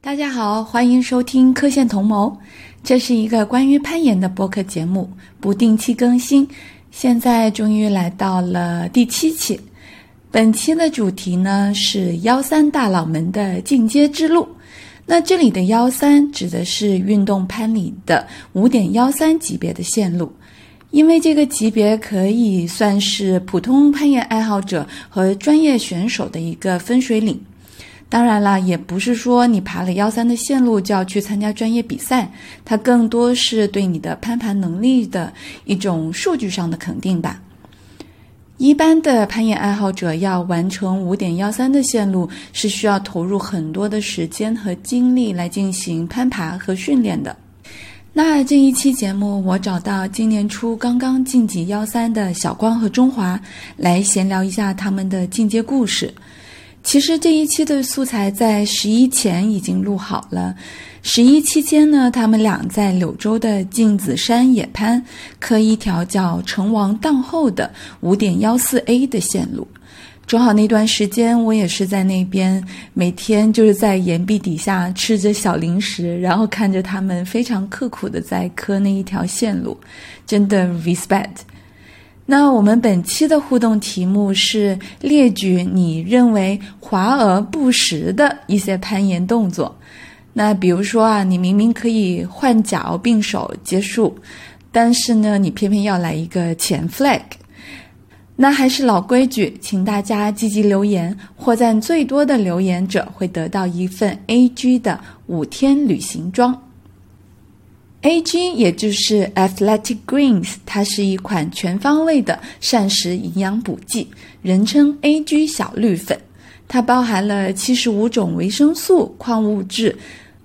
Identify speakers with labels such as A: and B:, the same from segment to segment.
A: 大家好，欢迎收听科线同谋，这是一个关于攀岩的播客节目，不定期更新。现在终于来到了第七期，本期的主题呢是幺三大佬们的进阶之路。那这里的幺三指的是运动攀里的五点幺三级别的线路，因为这个级别可以算是普通攀岩爱好者和专业选手的一个分水岭。当然啦，也不是说你爬了幺三的线路就要去参加专业比赛，它更多是对你的攀爬能力的一种数据上的肯定吧。一般的攀岩爱好者要完成五点幺三的线路，是需要投入很多的时间和精力来进行攀爬和训练的。那这一期节目，我找到今年初刚刚晋级幺三的小光和中华来闲聊一下他们的进阶故事。其实这一期的素材在十一前已经录好了。十一期间呢，他们俩在柳州的镜子山野攀刻一条叫“成王荡后”的五点幺四 A 的线路。正好那段时间，我也是在那边，每天就是在岩壁底下吃着小零食，然后看着他们非常刻苦的在磕那一条线路，真的 respect。那我们本期的互动题目是列举你认为华而不实的一些攀岩动作。那比如说啊，你明明可以换脚并手结束，但是呢，你偏偏要来一个前 flag。那还是老规矩，请大家积极留言，获赞最多的留言者会得到一份 A G 的五天旅行装。AG 也就是 Athletic Greens，它是一款全方位的膳食营养补剂，人称 AG 小绿粉。它包含了七十五种维生素、矿物质、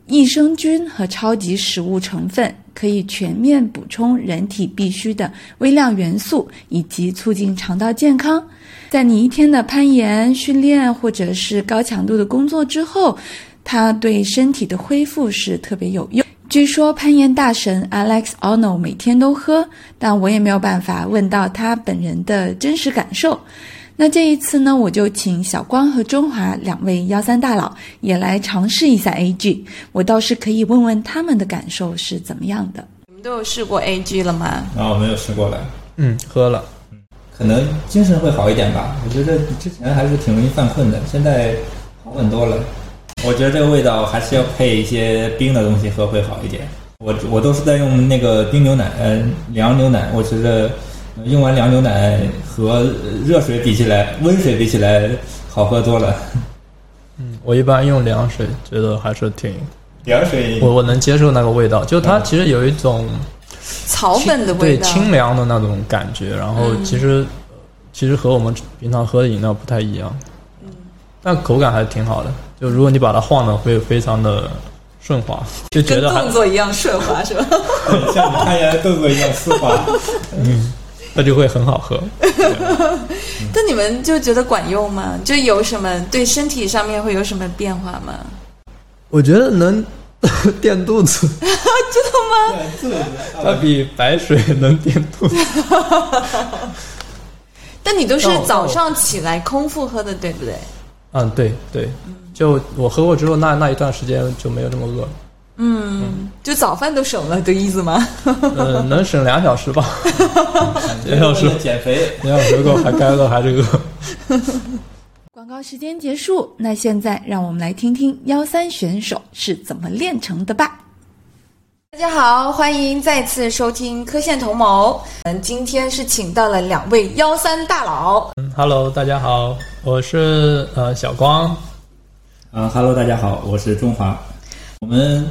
A: 益生菌和超级食物成分，可以全面补充人体必需的微量元素，以及促进肠道健康。在你一天的攀岩训练或者是高强度的工作之后，它对身体的恢复是特别有用。据说攀岩大神 Alex Ono 每天都喝，但我也没有办法问到他本人的真实感受。那这一次呢，我就请小光和中华两位幺三大佬也来尝试一下 AG，我倒是可以问问他们的感受是怎么样的。
B: 你们都有试过 AG 了吗？
C: 啊、我没有试过来，
D: 嗯，喝了。
C: 可能精神会好一点吧。我觉得之前还是挺容易犯困的，现在好很多了。我觉得这个味道还是要配一些冰的东西喝会好一点。我我都是在用那个冰牛奶，呃，凉牛奶。我觉得呃用完凉牛奶和热水比起来，温水比起来好喝多了。
D: 嗯，我一般用凉水，觉得还是挺
C: 凉水
D: 我我能接受那个味道，就它其实有一种
B: 草本的味
D: 对
B: 道，嗯
D: 清凉的那种感觉，然后其实、其实和我们平常喝的饮料不太一样，
B: 嗯
D: 但口感还挺好的。就如果你把它晃的，会非常的顺 滑，就觉
B: 跟
D: 得还
B: 动作一样顺滑，是 吧？
C: 很像你看见豆豆一样丝 滑。
D: 那就会很好喝。
B: 但你们就觉得管用吗？就有什么对身体上面会有什么变化吗？
D: 我觉得能 垫 肚子，它
C: 它
D: 比白水能垫肚子。
B: 但你都是
D: 到到
B: 早上起来空腹喝的，对不对？
D: 嗯，对对，就我喝过之后，那那一段时间就没有那么 饿了。
B: 就早饭都省了的意思 吗？
D: 呃，能省两小时吧。
C: 也
D: 要说
C: 减肥，
D: 两小时够，还该饿还是饿。
A: 广告时间结束，那现在让我们来听听幺三选手是怎么练成的吧。
B: 大家好，欢迎再次收听科线同谋。嗯，今天是请到了两位幺三大佬，
D: 嗯 Hello，大家好，我是呃小光。
C: 啊哈喽，大家好，我是中华。我们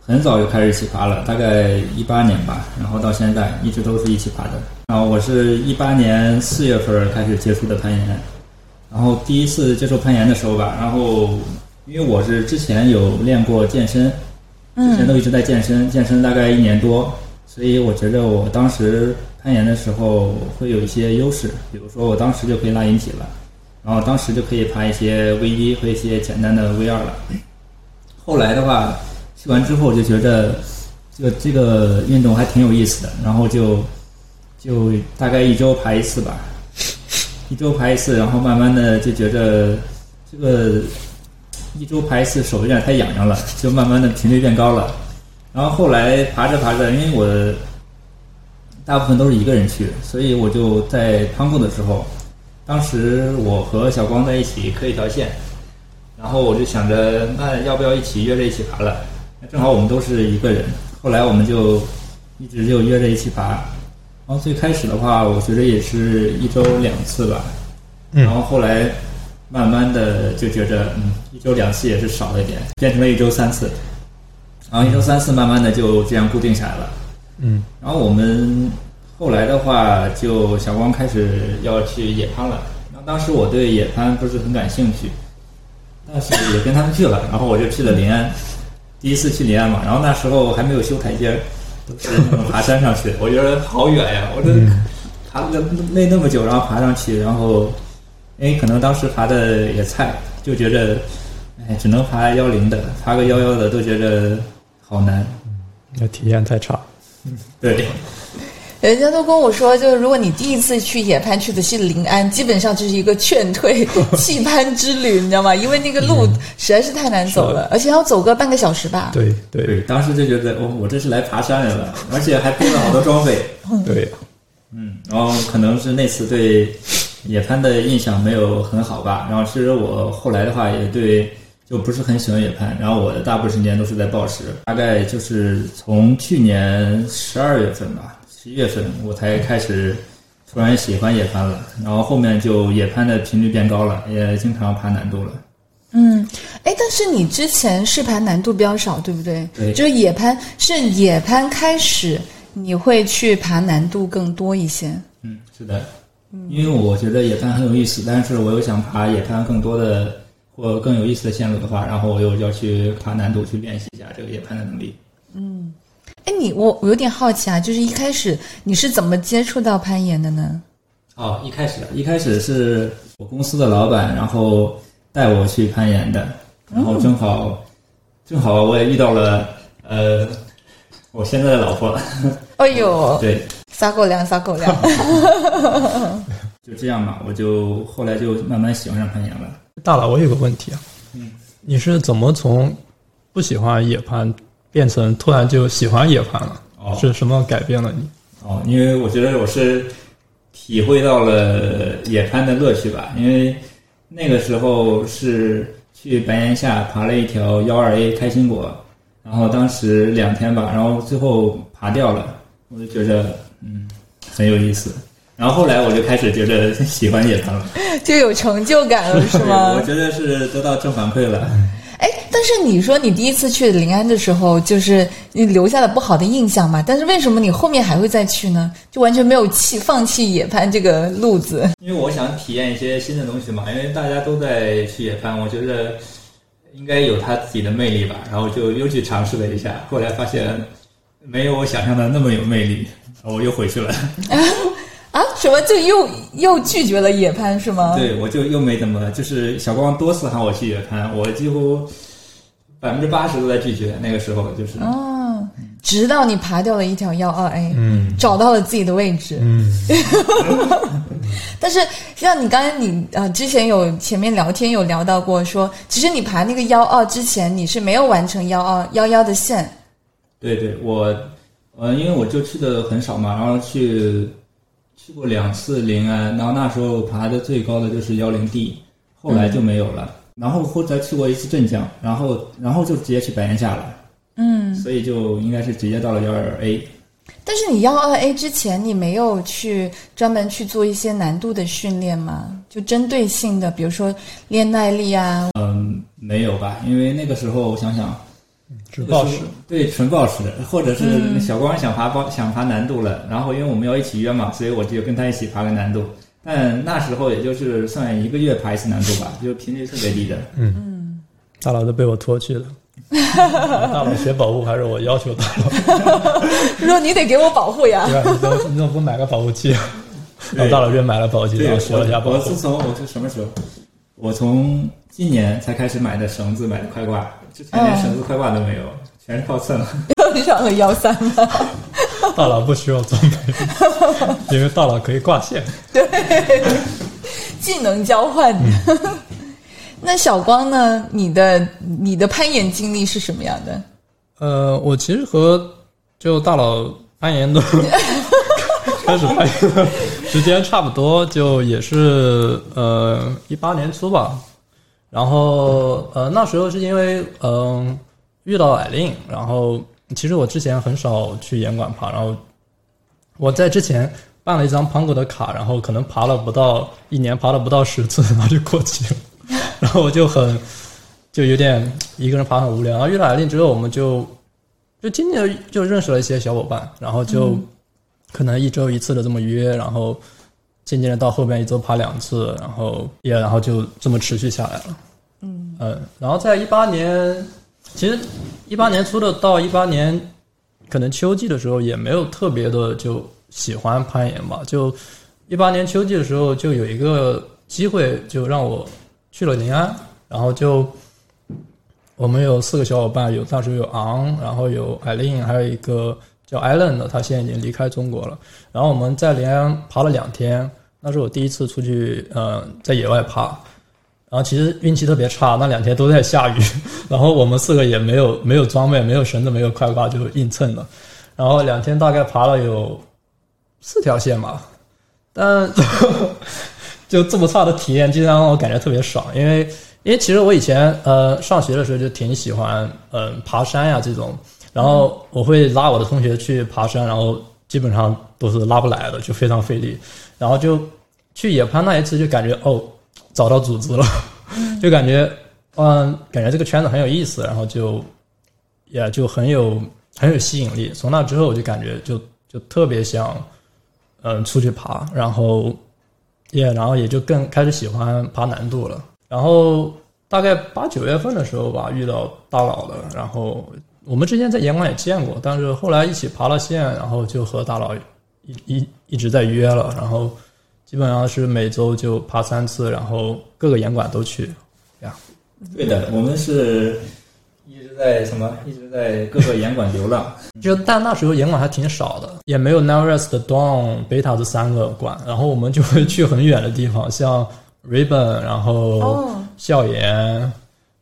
C: 很早就开始一起爬了，大概一八年吧，然后到现在一直都是一起爬的。然后我是一八年四月份开始接触的攀岩，然后第一次接触攀岩的时候吧，然后因为我是之前有练过健身，之前都一直在健身，健身大概一年多，所以我觉得我当时攀岩的时候会有一些优势，比如说我当时就可以拉引体了，然后当时就可以爬一些 V 一和一些简单的 V 二了。后来的话，去完之后就觉得这个这个运动还挺有意思的，然后就就大概一周爬一次吧，一周爬一次，然后慢慢的就觉得这个一周爬一次，手有点太痒痒了，就慢慢的频率变高了。然后后来爬着爬着，因为我大部分都是一个人去，所以我就在汤谷的时候，当时我和小光在一起刻一条线，然后我就想着，那要不要一起约着一起爬了？那正好我们都是一个人，后来我们就一直就约着一起爬。然后最开始的话，我觉得也是一周两次吧，
D: 嗯
C: 然后后来慢慢的就觉着，嗯，一周两次也是少了一点，变成了一周三次，然后一周三次慢慢的就这样固定下来了。
D: 嗯
C: 然后我们后来的话，就小光开始要去野攀了。然后当时我对野攀不是很感兴趣，但是也跟他们去了。然后我就去了临安，第一次去临安嘛。然后那时候还没有修台阶儿，都是那种爬山上去。我觉得好远呀！我这爬了累那么久，然后爬上去，然后因为可能当时爬的也菜，就觉着哎，只能爬幺零的，爬个幺幺的都觉着好难。
D: 那体验太差。
C: 对。
B: 人家都跟我说，就是如果你第一次去野攀去的是临安，基本上就是一个劝退 弃攀之旅，你知道吗？因为那个路
C: 嗯
B: 实在是太难走了，而且要走个半个小时吧。
D: 对对
C: 对，当时就觉得哦，我这是来爬山来了，而且还背了好多装备。
D: 对，
C: 嗯，然后可能是那次对野攀的印象没有很好吧。然后其实我后来的话也对就不是很喜欢野攀，然后我的大部分时间都是在暴食，大概就是从去年十二月份吧，十一月份我才开始突然喜欢野攀了，然后后面就野攀的频率变高了，也经常爬难度了。
B: 嗯，哎，但是你之前试盘难度比较少，对不对？
C: 对
B: 就是野攀是野攀开始，你会去爬难度更多一些。
C: 嗯，是的，因为我觉得野攀很有意思，但是我又想爬野攀更多的或更有意思的线路的话，然后我又要去爬难度，去练习一下这个野攀的能力。
B: 哎，你我我有点好奇啊，就是一开始你是怎么接触到攀岩的呢？
C: 哦，一开始一开始是我公司的老板，然后带我去攀岩的，然后正好、正好我也遇到了呃我现在的老 婆，
B: 哎呦，
C: 哦对，
B: 撒狗粮，撒狗粮。
C: 就这样吧，我就后来就慢慢喜欢上攀岩了。
D: 大佬，我有个问题啊，
C: 嗯，
D: 你是怎么从不喜欢野攀变成突然就喜欢野攀了？
C: 哦
D: 是什么改变了你？
C: 哦，因为我觉得我是体会到了野攀的乐趣吧，因为那个时候是去白岩下爬了一条幺二 A 开心果，然后当时两天吧，然后最后爬掉了，我就觉得嗯很有意思，然后后来我就开始觉得喜欢野攀了，
B: 就有成就感了， 是
C: 我
B: 吗？
C: 觉得是得到正反馈了。
B: 哎，但是你说你第一次去临安的时候，就是你留下了不好的印象嘛？但是为什么你后面还会再去呢？就完全没有弃放弃野攀这个路子。
C: 因为我想体验一些新的东西嘛，因为大家都在去野攀，我觉得应该有它自己的魅力吧，然后就又去尝试了一下，后来发现没有我想象的那么有魅力，然后我又回去了。
B: 啊，什么？就又又拒绝了野攀是吗？
C: 对，我就又没怎么，就是小光多次喊我去野攀，我几乎百分之八十都在拒绝。那个时候就是，
B: 哦，直到你爬掉了一条幺二 A，
D: 嗯
B: 找到了自己的位置。
D: 嗯，
B: 但是像你刚才你呃之前有前面聊天有聊到过说，其实你爬那个幺二之前，你是没有完成幺二幺幺的线。
C: 对对，我呃，因为我就去的很少嘛，然后去去过两次临安，然后那时候爬的最高的就是幺零 D，后来就没有了。然后后来去过一次镇江，然后然后就直接去白岩下了，
B: 嗯，
C: 所以就应该是直接到了幺二 A。
B: 但是你幺二 A 之前，你没有去专门去做一些难度的训练吗？就针对性的，比如说练耐力 啊。
C: 嗯，没有吧？因为那个时候我想想，
D: 只暴食
C: 食，对，纯暴食，或者是小光想爬暴想爬难度了，然后因为我们要一起约嘛，所以我就跟他一起爬个难度。但那时候也就是算一个月爬一次难度 吧，就频率特别低的。
D: 嗯大佬都被我拖 去了。大佬学保护还是我要求大 佬？
B: 说你得给我保护呀
D: 对。吧？你都你怎么不买个保护器？然后大佬就哦买了保护器，
C: 对，
D: 然后学了一下
C: 我
D: 保
C: 我自
D: 护。
C: 从我是什么时候？我从今年才开始买的绳子，买的快挂，之前连绳子快挂都没有，
D: 哦
C: 全是靠蹭。
B: 又上了幺三了，
D: 大佬不需要装备， 因为大佬可以挂线。
B: 技能交换。 那小光呢？你的你的攀岩经历是什么样的？
D: 呃，我其实和就大佬攀岩都 开始攀岩的时间差不多，就也是呃一八年初吧。然后呃那时候是因为嗯、呃遇到艾琳，然后其实我之前很少去岩馆爬，然后我在之前办了一张 Pango 的卡，然后可能爬了不到一年，爬了不到十次，然后就过期了。 然后我就很就有点一个人爬很无聊。然后遇到海令之后，我们就就今年就认识了一些小伙伴，然后就可能一周一次的这么约，然后渐渐的到后边一周爬两次，然后也然后就这么持续下来了。嗯然后在一八年，其实一八年初的到一八年可能秋季的时候也没有特别的就喜欢攀岩吧。就一八年秋季的时候，就有一个机会，就让我去了临安，然后就我们有四个小伙伴，有当时有昂，然后有艾琳，还有一个叫艾伦的，他现在已经离开中国了。然后我们在临安爬了两天，那是我第一次出去，呃，在野外爬。然后其实运气特别差，那两天都在下雨， 然后我们四个也没有没有装备，没有绳子，没有快挂，就硬蹭的。然后两天大概爬了有四条线吧，但 就这么差的体验，竟然让我感觉特别爽，因为因为其实我以前呃上学的时候就挺喜欢嗯、呃爬山呀、这种，然后我会拉我的同学去爬山，然后基本上都是拉不来的，就非常费力，然后就去野攀那一次就感觉哦找到组织了， 就感觉嗯感觉这个圈子很有意思，然后就也就很有很有吸引力。从那之后我就感觉就就特别想嗯、呃出去爬，然后也、然后也就更开始喜欢爬难度了。然后大概八九月份的时候吧，遇到大佬了，然后我们之前在岩馆也见过，但是后来一起爬了线，然后就和大佬一一一直在约了，然后基本上是每周就爬三次，然后各个岩馆都去。
C: 对的，我们是一直在什么，一直在各个严管流浪。
D: 就但那时候岩馆还挺少的，也没有 Neverest、Dawn、Beta 这三个馆，然后我们就会去很远的地方，像 Ribbon，然后
B: 哦
D: 校园，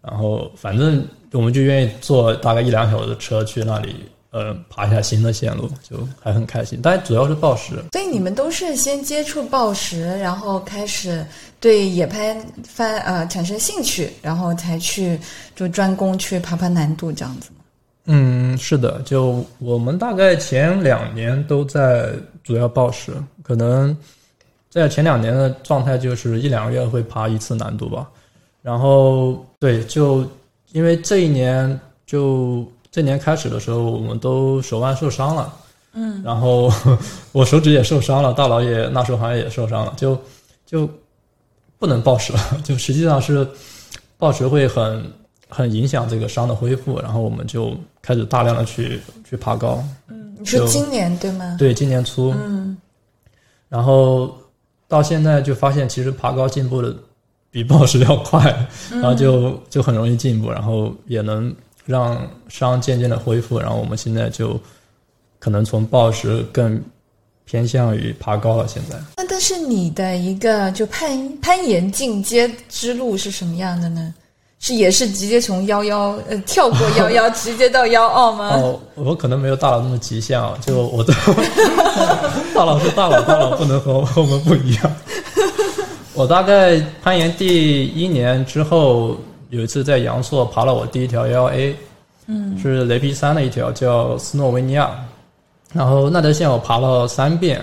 D: 然后反正我们就愿意坐大概一两小时的车去那里，呃，爬一下新的线路，就还很开心。但主要是暴食，
B: 所以你们都是先接触暴食，然后开始对野攀翻呃产生兴趣，然后才去就专攻去爬爬难度这样子吗。
D: 嗯，是的，就我们大概前两年都在主要暴食，可能在前两年的状态就是一两个月会爬一次难度吧。然后对，就因为这一年就这年开始的时候，我们都手腕受伤了，嗯，然后我手指也受伤了，大佬也那时候好像也受伤了，就就不能暴食了， 就实际上是暴食会很很影响这个伤的恢复，然后我们就开始大量的去去爬高。
B: 你说
D: 就
B: 今年对吗？
D: 对，今年初，嗯，然后到现在就发现，其实爬高进步的比暴食要快，然后就就很容易进步，然后也能让伤渐渐的恢复，然后我们现在就可能从暴食更偏向于爬高了。现在，
B: 那但是你的一个就攀攀岩进阶之路是什么样的呢？是也是直接从幺幺呃跳过幺 幺直接到幺二吗？
D: 哦，我可能没有大佬那么极限啊，就我的 大佬是大佬，大佬不能和和我们不一样。我大概攀岩第一年之后，有一次在阳朔爬了我第一条幺 A，嗯，是雷劈山的一条叫斯诺维尼亚，然后那条线我爬了三遍，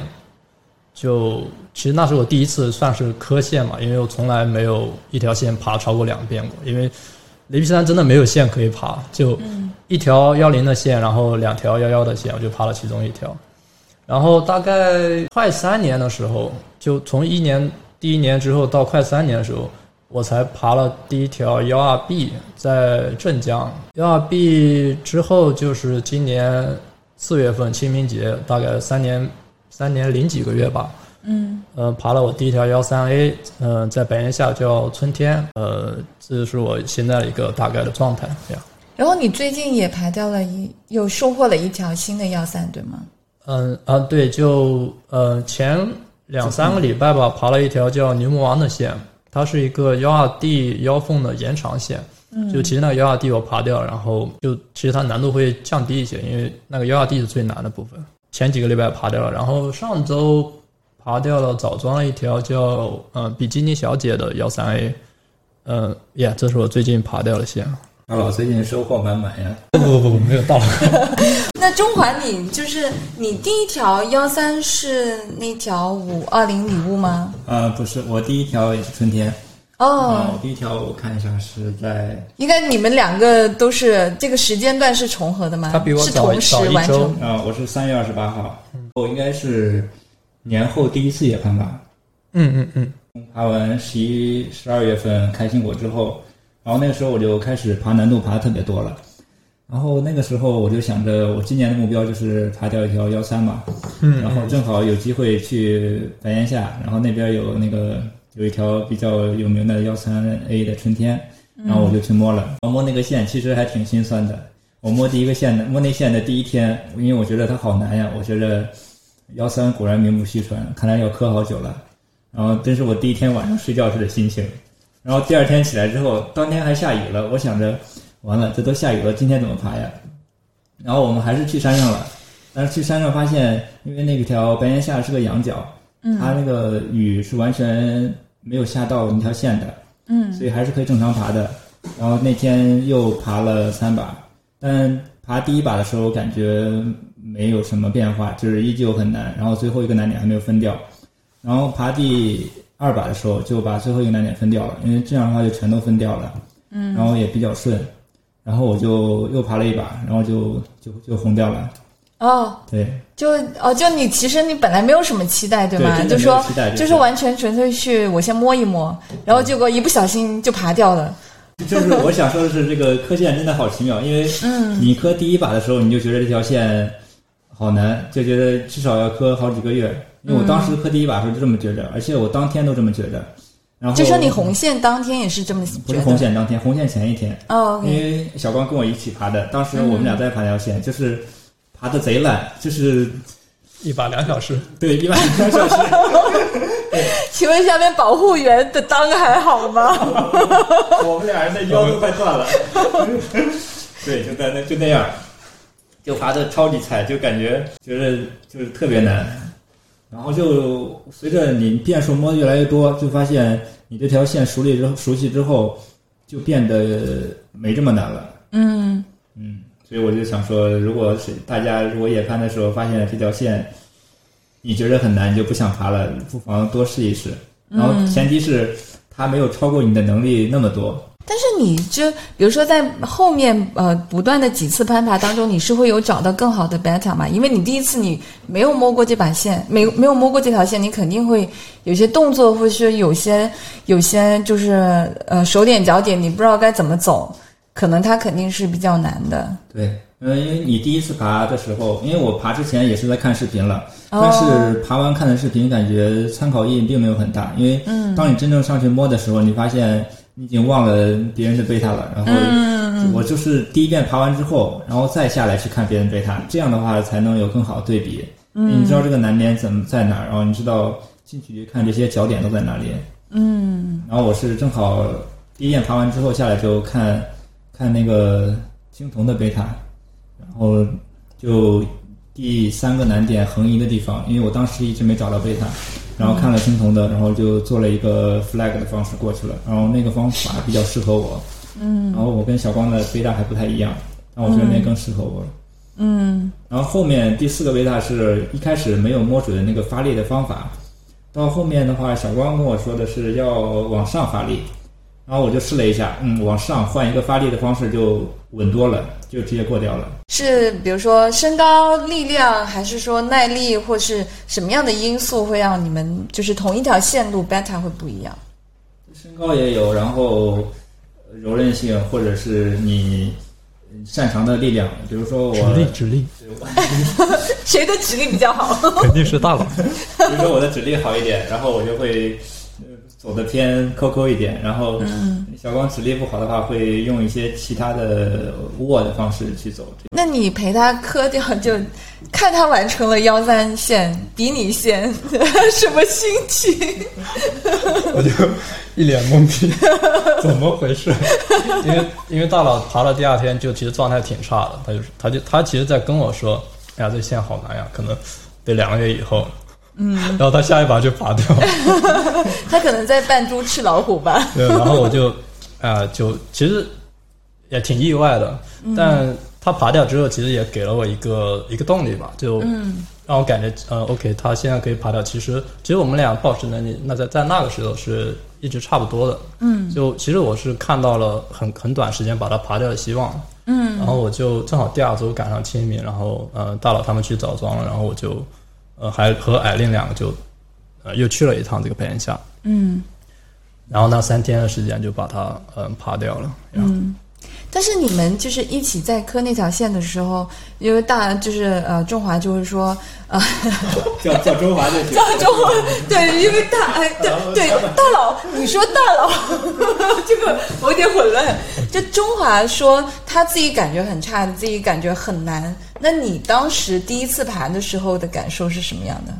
D: 就其实那是我第一次算是科线嘛，因为我从来没有一条线爬超过两遍过，因为雷劈山真的没有线可以爬，就一条幺零的线，然后两条幺幺的线，我就爬了其中一条。然后大概快三年的时候，就从一年第一年之后到快三年的时候，我才爬了第一条幺二 B，在镇江。幺二 B 之后就是今年四月份清明节，大概三年三年零几个月吧。嗯，呃，爬了我第一条幺三 A，嗯，在白岩下叫春天，呃，这是我现在的一个大概的状态，这样。
B: 然后你最近也爬掉了一，又收获了一条新的幺三，对吗？
D: 嗯啊，对，就呃前两三个礼拜吧，爬了一条叫牛魔王的线，它是一个幺二 D 腰缝的延长线。
B: 嗯
D: 就其实那个幺二 D 我爬掉，然后就其实它难度会降低一些，因为那个幺二 D 是最难的部分。前几个礼拜爬掉了，然后上周爬掉了枣庄的一条叫呃比基尼小姐的幺三 A，嗯，耶，这是我最近爬掉的线。
C: 大佬最近收获满满呀！
D: 不不不，没有到了。
B: 那中环里就是你第一条幺三是那条五二零礼物吗？
C: 啊，不是，我第一条也是春天。啊，
B: 哦，
C: 我第一条我看一下是在
B: 应该你们两个都是这个时间段是重合的吗？
D: 他比我
B: 是
D: 早
B: 同
D: 一
B: 时
D: 早一
B: 完
D: 周
B: 成。
C: 啊、我是三月二十八号，我应该是年后第一次野攀吧。
D: 嗯嗯嗯，
C: 爬完十一、十二月份开心果之后，然后那个时候我就开始爬难度爬得特别多了。然后那个时候我就想着，我今年的目标就是爬掉一条幺三嘛，嗯，然后正好有机会去白岩下，然后那边有那个有一条比较有名的幺三 A 的春天，然后我就去摸了，我摸那个线其实还挺心酸的。我摸第一个线的，摸那线的第一天，因为我觉得它好难呀，我觉得幺三果然名不虚传，看来要磕好久了。然后这是我第一天晚上睡觉时的心情。然后第二天起来之后，当天还下雨了，我想着完了，这都下雨了，今天怎么爬呀？然后我们还是去山上了，但是去山上发现，因为那条白岩下是个羊角，它那个雨是完全没有下到那条线的，嗯，所以还是可以正常爬的。然后那天又爬了三把，但爬第一把的时候感觉没有什么变化，就是依旧很难。然后最后一个难点还没有分掉，然后爬第二把的时候就把最后一个难点分掉了，因为这样的话就全都分掉了，嗯，然后也比较顺，然后我就又爬了一把，然后就就就红掉了，
B: 哦，
C: 对，
B: 就哦，就你其实你本来没有什么期待，对吗？
C: 对真的
B: 就
C: 没有
B: 说
C: 期待就是嗯
B: 就是完全纯粹是我先摸一摸，然后结果一不小心就爬掉了。
C: 就是我想说的是，这个科线真的好奇妙，因为
B: 嗯
C: 你磕第一把的时候，你就觉得这条线好难，就觉得至少要磕好几个月。因为我当时磕第一把的时候就这么觉得，而且我当天都这么觉得。然后
B: 就说你红线当天也是这么
C: 不
B: 觉
C: 是
B: 得。
C: 红嗯线当天，红线前一天，
B: 哦，OK，嗯
C: 因为小光跟我一起爬的，当时我们俩在爬那条线，就是爬的贼烂，就是
D: 一把两小时。
C: 对一百多小时。
B: 请问下面保护员的裆还好吗？
C: 我们俩人的腰都快断了。 对，就在那就那样，就爬的超级菜，就感觉觉得就是特别难。然后就随着你变数摸得越来越多，就发现你这条线熟练之后熟悉之后，就变得没这么难了。
B: 嗯，
C: 嗯，所以我就想说，如果是大家如果野攀的时候发现这条线你觉得很难，你就不想爬了，不妨多试一试。然后前提是它没有超过你的能力那么多。
B: 但是你这，比如说在后面呃不断的几次攀爬当中，你是会有找到更好的 beta 嘛？因为你第一次你没有摸过这把线，没有没有摸过这条线，你肯定会有些动作，或是有些有些就是呃手点脚点，你不知道该怎么走，可能它肯定是比较难的。
C: 对，嗯，因为你第一次爬的时候，因为我爬之前也是在看视频了，
B: 哦
C: 但是爬完看的视频，感觉参考意义并没有很大，因为当你真正上去摸的时候，你发现你已经忘了别人的贝塔了，然后我就是第一遍爬完之后，然后再下来去看别人贝塔，这样的话才能有更好的对比。你知道这个难点怎么在哪儿，然后你知道近距离看这些脚点都在哪里。嗯，然后我是正好第一遍爬完之后下来就看看那个青铜的贝塔，然后就第三个难点横移的地方，因为我当时一直没找到贝塔，然后看了青铜的，然后就做了一个 flag 的方式过去了，然后那个方法比较适合我，嗯，然后我跟小光的贝塔还不太一样，但我觉得那更适合我，嗯，然后后面第四个贝塔是一开始没有摸准那个发力的方法，到后面的话，小光跟我说的是要往上发力，然后我就试了一下，嗯，往上换一个发力的方式就稳多了，就直接过掉了。
B: 是比如说身高、力量，还是说耐力，或是什么样的因素会让你们就是同一条线路 beta 会不一样？
C: 身高也有，然后呃柔韧性或者是你擅长的力量，比如说我，
D: 直立直立，
B: 谁的指力比较好？
D: 肯定是大佬。
C: 比如说我的指力好一点，然后我就会呃走的偏抠抠一点，然后小光指力不好的话，会用一些其他的握的方式去走。
B: 那你陪他磕掉，就看他完成了幺三线、比你线，什么心情？
D: 我就一脸懵逼， 怎么回事？因为因为大佬爬了第二天就其实状态挺差的，他就是他就他其实在跟我说，哎呀这线好难呀，可能得两个月以后。嗯，然后他下一把就拔掉，
B: 他可能在扮猪吃老虎吧。
D: 对，然后我就啊、就其实也挺意外的，但他爬掉之后，其实也给了我一个一个动力吧，就让我感觉，嗯、呃、，OK，他现在可以爬掉。其实，其实我们俩保持能力，那在在那个时候是一直差不多的。嗯，就其实我是看到了很很短时间把它爬掉的希望。嗯，然后我就正好第二周赶上清明，然后呃，大佬他们去枣庄了，然后我就呃还和艾琳两个就呃又去了一趟这个白岩峡。
A: 嗯，
D: 然后那三天的时间就把它嗯、爬掉了。嗯，
B: 但是你们就是一起在磕那条线的时候，因为大就是呃，中华就会说呃，
C: 叫叫周华就 行。
B: 大中华对，因为大哎对对大佬，你说大佬， 这个我有点混乱。就中华说他自己感觉很差，自己感觉很难。那你当时第一次爬的时候的感受是什么样的？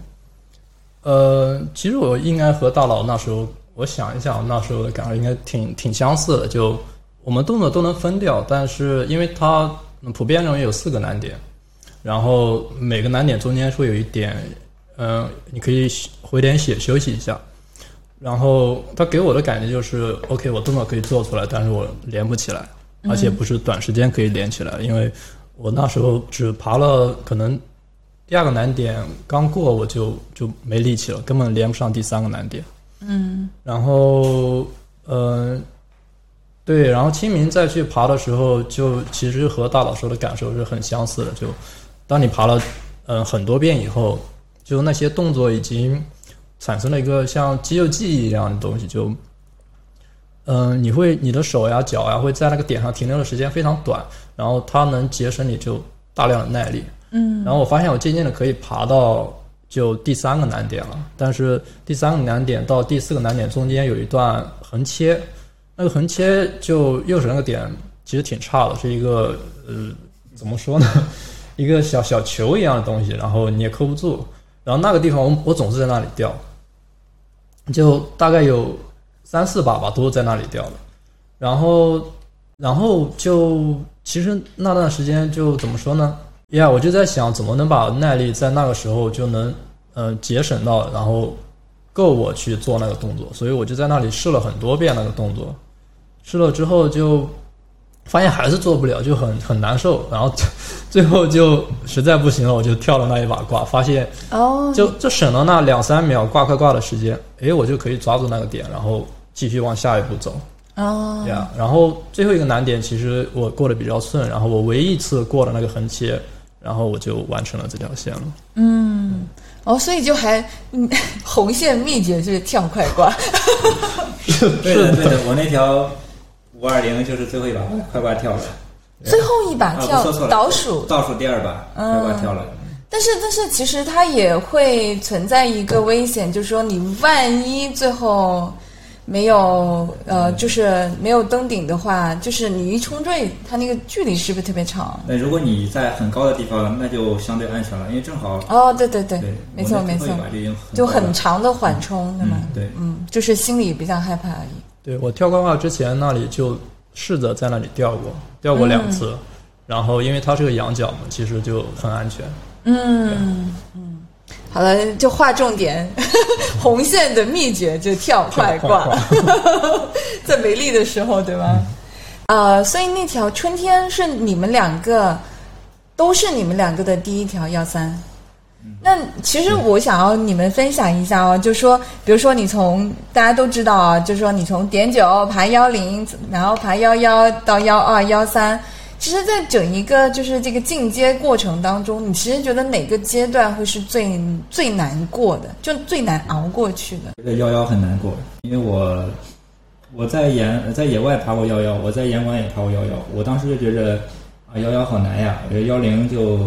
D: 呃，其实我应该和大佬那时候，我想一想，我那时候的感受应该挺挺相似的。就我们动作都能分掉，但是因为它嗯普遍认为有四个难点，然后每个难点中间会有一点，嗯、你可以回点血休息一下。然后他给我的感觉就是，OK，我动作可以做出来，但是我连不起来，而且不是短时间可以连起来，因为我那时候只爬了可能第二个难点刚过，我就就没力气了，根本连不上第三个难点。嗯，然后呃，对，然后清明再去爬的时候，就其实和大佬说的感受是很相似的。就当你爬了嗯、呃很多遍以后，就那些动作已经产生了一个像肌肉记忆一样的东西，就嗯、呃你会你的手呀、脚啊呀会在那个点上停留的时间非常短，然后它能节省你就大量的耐力。嗯，然后我发现我渐渐的可以爬到就第三个难点了，但是第三个难点到第四个难点中间有一段横切，那个横切就右手那个点其实挺差的，是一个呃怎么说呢， 一个小小球一样的东西，然后你也扣不住，然后那个地方我我总是在那里掉，就大概有三四把吧，都是在那里掉的，然后然后就其实那段时间就怎么说呢？呀、我就在想怎么能把耐力在那个时候就能呃节省到，然后够我去做那个动作，所以我就在那里试了很多遍那个动作，试了之后就发现还是做不了，就很很难受，然后最后就实在不行了，我就跳了那一把挂，发现
B: 哦，
D: 就就省了那两三秒挂科挂的时间，诶，我就可以抓住那个点，然后继续往下一步走。
B: 哦，
D: 对啊，然后最后一个难点，其实我过得比较顺，然后我唯一一次过了那个横切，然后我就完成了这条线了。
B: 哦，所以就还嗯，红线秘诀就是跳快挂，
C: 对的对的，我那条五二零就是最后一把快挂跳了，
B: 最后一把
C: 啊，不
B: 跳
C: 说错了，
B: 倒数嗯
C: 倒数第二把快挂跳了。
B: 但是，但是其实它也会存在一个危险，就是说你万一最后没有呃，就是没有登顶的话，就是你一冲坠，它那个距离是不是特别长？
C: 那如果你在很高的地方，那就相对安全了，因为正好
B: 哦，对对对，
C: 对，
B: 没错
C: 我那
B: 没
C: 最
B: 错
C: 后一，把就已经
B: 就
C: 很高
B: 很
C: 了
B: 长的缓冲，对吗？
C: 嗯对
B: 嗯，就是心里比较害怕而已。
D: 对我跳挂挂之前那里就试着在那里掉过，掉过两次，然后因为它是个仰角嘛，其实就很安全。
B: 嗯好了，就划重点， 红线的秘诀就跳快挂
D: 跳快，
B: 在没力的时候，对吧？呃，所以那条春天是你们两个，都是你们两个的第一条幺三。那其实我想要你们分享一下哦，就说，比如说你从大家都知道啊，就说你从点九爬幺零，然后爬幺幺到幺二幺三，其实，在整一个就是这个进阶过程当中，你其实觉得哪个阶段会是最最难过的，就最难熬过去的？
C: 觉得幺幺很难过，因为我我在岩在野外爬过幺幺，我在岩馆也爬过幺幺，我当时就觉着啊幺幺好难呀，我觉得幺零就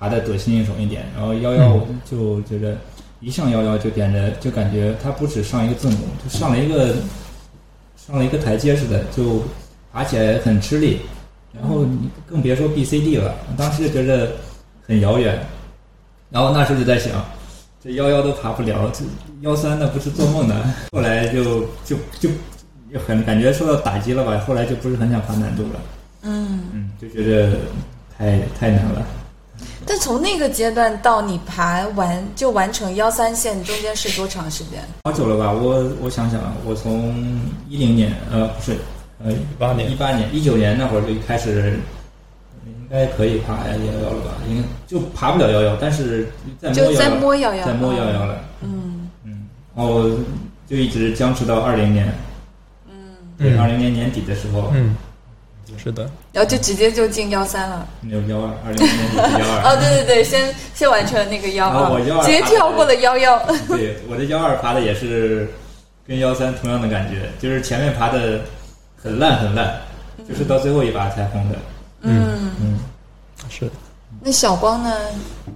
C: 爬的得心应手一点，然后幺幺就觉着一上幺幺就感觉就感觉它不止上一个字母，就上了一个上了一个台阶似的，就爬起来很吃力。然后你更别说 B、C、D 了，当时就觉得很遥远。然后那时候就在想，这幺幺都爬不了，这幺三那不是做梦的。后来就就就就很感觉受到打击了吧，后来就不是很想爬难度了。
B: 嗯，
C: 嗯，就觉得太太难了。
B: 但从那个阶段到你爬完就完成幺三线，中间是多长时间？
C: 好久了吧？我我想想，啊，我从一零年呃不是呃
D: 18年
C: 一八年一九年那会儿就开始，应该可以爬幺幺了吧？应该就爬不了幺幺，但是在摸
B: 就
C: 幺
B: 在摸幺
C: 幺，
B: 幺
C: 在摸幺幺了。
B: 嗯
C: 嗯，然后就一直僵持到二零年，
B: 嗯，
C: 对，二零年年底的时候，
D: 嗯，是的，
B: 然后就直接就进幺三了。
C: 没有幺二，二零年年底 幺
B: 哦，
C: 二。
B: 对对对，先先完成那个幺
C: 啊我12
B: 直接跳过了幺幺。
C: 对，我这幺二爬的也是跟幺三同样的感觉，就是前面爬的很烂很烂，就是到最后一把才红的。
B: 嗯，
C: 嗯，
D: 是的。
B: 那小光呢？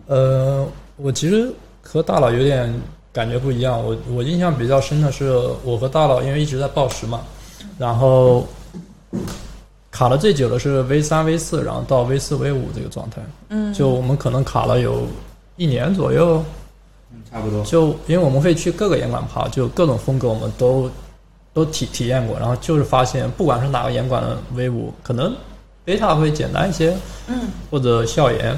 D: 呃，我其实和大佬有点感觉不一样。我我印象比较深的是，我和大佬因为一直在报时嘛，然后卡的最久的是 V 三 V 四，然后到 V 四 V 五这个状态。
B: 嗯，
D: 就我们可能卡了有一年左右，
C: 嗯差不多。
D: 就因为我们会去各个严管爬，就各种风格我们都都体体验过，然后就是发现不管是哪个严管的 V 五，可能贝塔会简单一些，
B: 嗯，
D: 或者校园，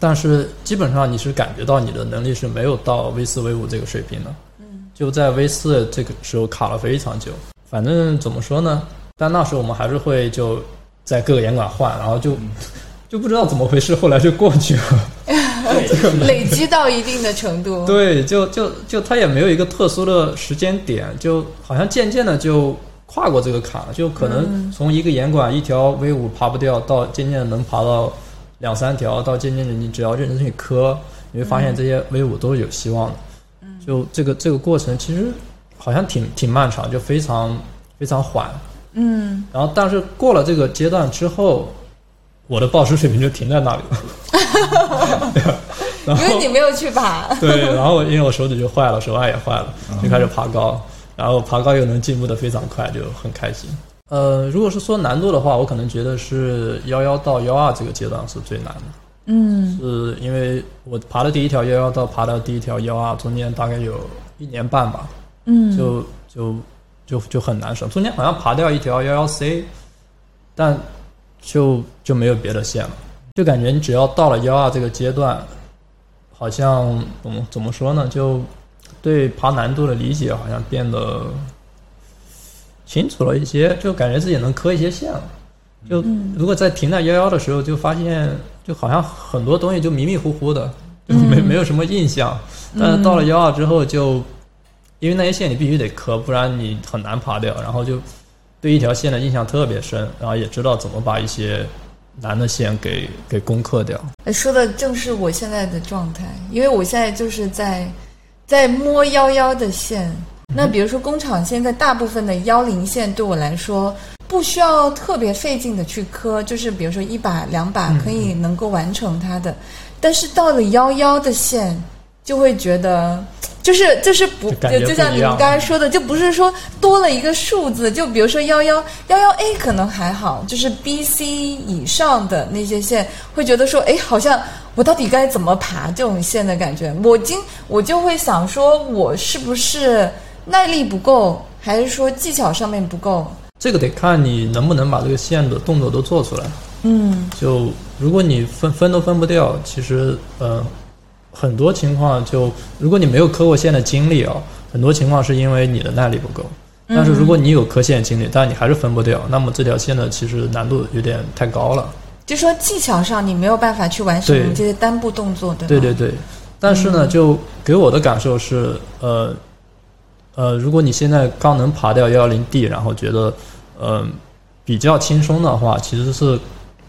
D: 但是基本上你是感觉到你的能力是没有到 V 四 V 五这个水平的，嗯，就在 V 四这个时候卡了非常久。反正怎么说呢，但那时候我们还是会就在各个严管换，然后就、就不知道怎么回事，后来就过去了。
C: 对，
B: 累积到一定的程度。
D: 对，就就就他也没有一个特殊的时间点，就好像渐渐的就跨过这个坎了，就可能从一个严管一条 V 五爬不掉，到渐渐的能爬到两三条，到渐渐的你只要认真去磕，你会发现这些 V 五都是有希望的。就这个这个过程其实好像挺挺漫长，就非常非常缓。
B: 嗯，
D: 然后但是过了这个阶段之后，我的报时水平就停在那里了。然
B: 因为
D: 后
B: 你没有去爬。
D: 对，然后因为我手指就坏了，手腕也坏了，就开始爬高，然后爬高又能进步的非常快，就很开心。呃，如果是说难度的话，我可能觉得是幺幺到幺二这个阶段是最难的，
B: 嗯
D: 是因为我爬的第一条幺幺到爬到第一条幺二中间大概有一年半吧，
B: 嗯
D: 就就就就很难受，中间好像爬掉一条幺幺 C，但就就没有别的线了，就感觉你只要到了幺二这个阶段，好像怎么怎么说呢，就对爬难度的理解好像变得清楚了一些，就感觉自己能磕一些线了。就如果在停在幺幺的时候，就发现就好像很多东西就迷迷糊糊的，就没、没有什么印象。但是到了幺二之后就因为那些线你必须得磕，不然你很难爬掉。然后就对一条线的印象特别深，然后也知道怎么把一些难的线给给攻克掉。
B: 哎说的正是我现在的状态，因为我现在就是在在摸幺幺的线。那比如说工厂现在大部分的幺零线对我来说不需要特别费劲的去磕，就是比如说一把两把
D: 嗯
B: 可以能够完成它的。但是到了幺幺的线，就会觉得。就是就是不
D: 就感
B: 就
D: 觉
B: 就
D: 不
B: 像
D: 一
B: 你们
D: 样
B: 刚才说的，就不是说多了一个数字，就比如说幺幺幺幺 A 可能还好，就是 B、C 以上的那些线，会觉得说，哎，好像我到底该怎么爬这种线的感觉。我今我就会想说，我是不是耐力不够，还是说技巧上面不够？
D: 这个得看你能不能把这个线的动作都做出来。
B: 嗯
D: 就如果你分分都分不掉，其实呃，很多情况就如果你没有磕过线的经历啊、很多情况是因为你的耐力不够。但是如果你有磕线的经历，但你还是分不掉，那么这条线呢，其实难度有点太高了。
B: 就说技巧上你没有办法去完成
D: 对
B: 你这些单步动作，对
D: 对
B: 吧？
D: 对对，但是呢，就给我的感受是，呃，呃，如果你现在刚能爬掉幺幺零 D，然后觉得，嗯、比较轻松的话，其实是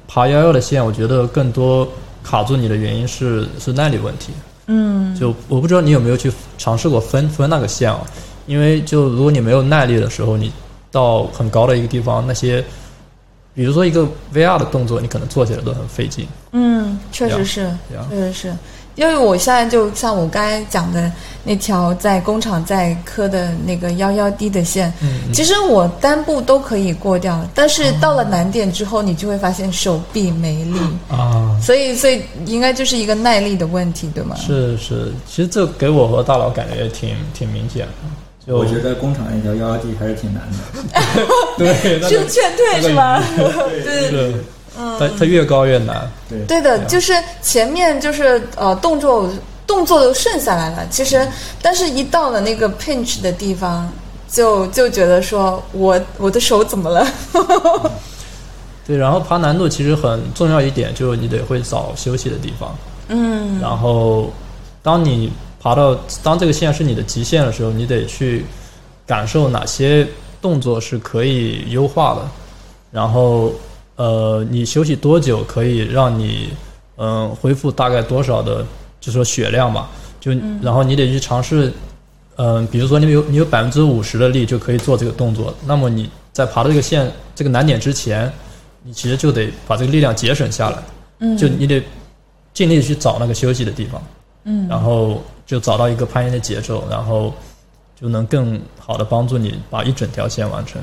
D: 爬幺幺的线，我觉得更多卡住你的原因是是耐力问题。
B: 嗯
D: 就我不知道你有没有去尝试过分分那个线啊，因为就如果你没有耐力的时候，你到很高的一个地方，那些比如说一个 VR 的动作，你可能做起来都很费劲。
B: 嗯，确实是
D: 呀呀，
B: 确实是。因为我现在就像我刚才讲的那条在工厂在科的那个幺幺 D 的线，
D: 嗯
B: 其实我单步都可以过掉，但是到了难点之后，你就会发现手臂没 力，
D: 啊，
B: 所以所以应该就是一个耐力的问题，对吗？
D: 是是，其实这给我和大佬感觉挺挺明显的。就
C: 我觉得工厂那条幺幺 D 还是挺难的。
D: 对，那
B: 就
D: 个
B: 劝退是吧？ 对
D: 是，它它越高越难。
C: 对，
B: 对的，就是前面就是呃动作动作都顺下来了，其实但是一到了那个 pinch 的地方，就就觉得说我我的手怎么了？
D: 对，然后爬难度其实很重要一点，就是你得会找休息的地方。嗯。然后，当你爬到当这个线是你的极限的时候，你得去感受哪些动作是可以优化的，然后呃，你休息多久可以让你嗯、恢复大概多少的，就说血量吧，就、然后你得去尝试嗯，比如说你有你有百分之五十的力就可以做这个动作，那么你在爬到这个线这个难点之前，你其实就得把这个力量节省下来，嗯，就你得尽力去找那个休息的地方，嗯，然后就找到一个攀岩的节奏，然后就能更好的帮助你把一整条线完成。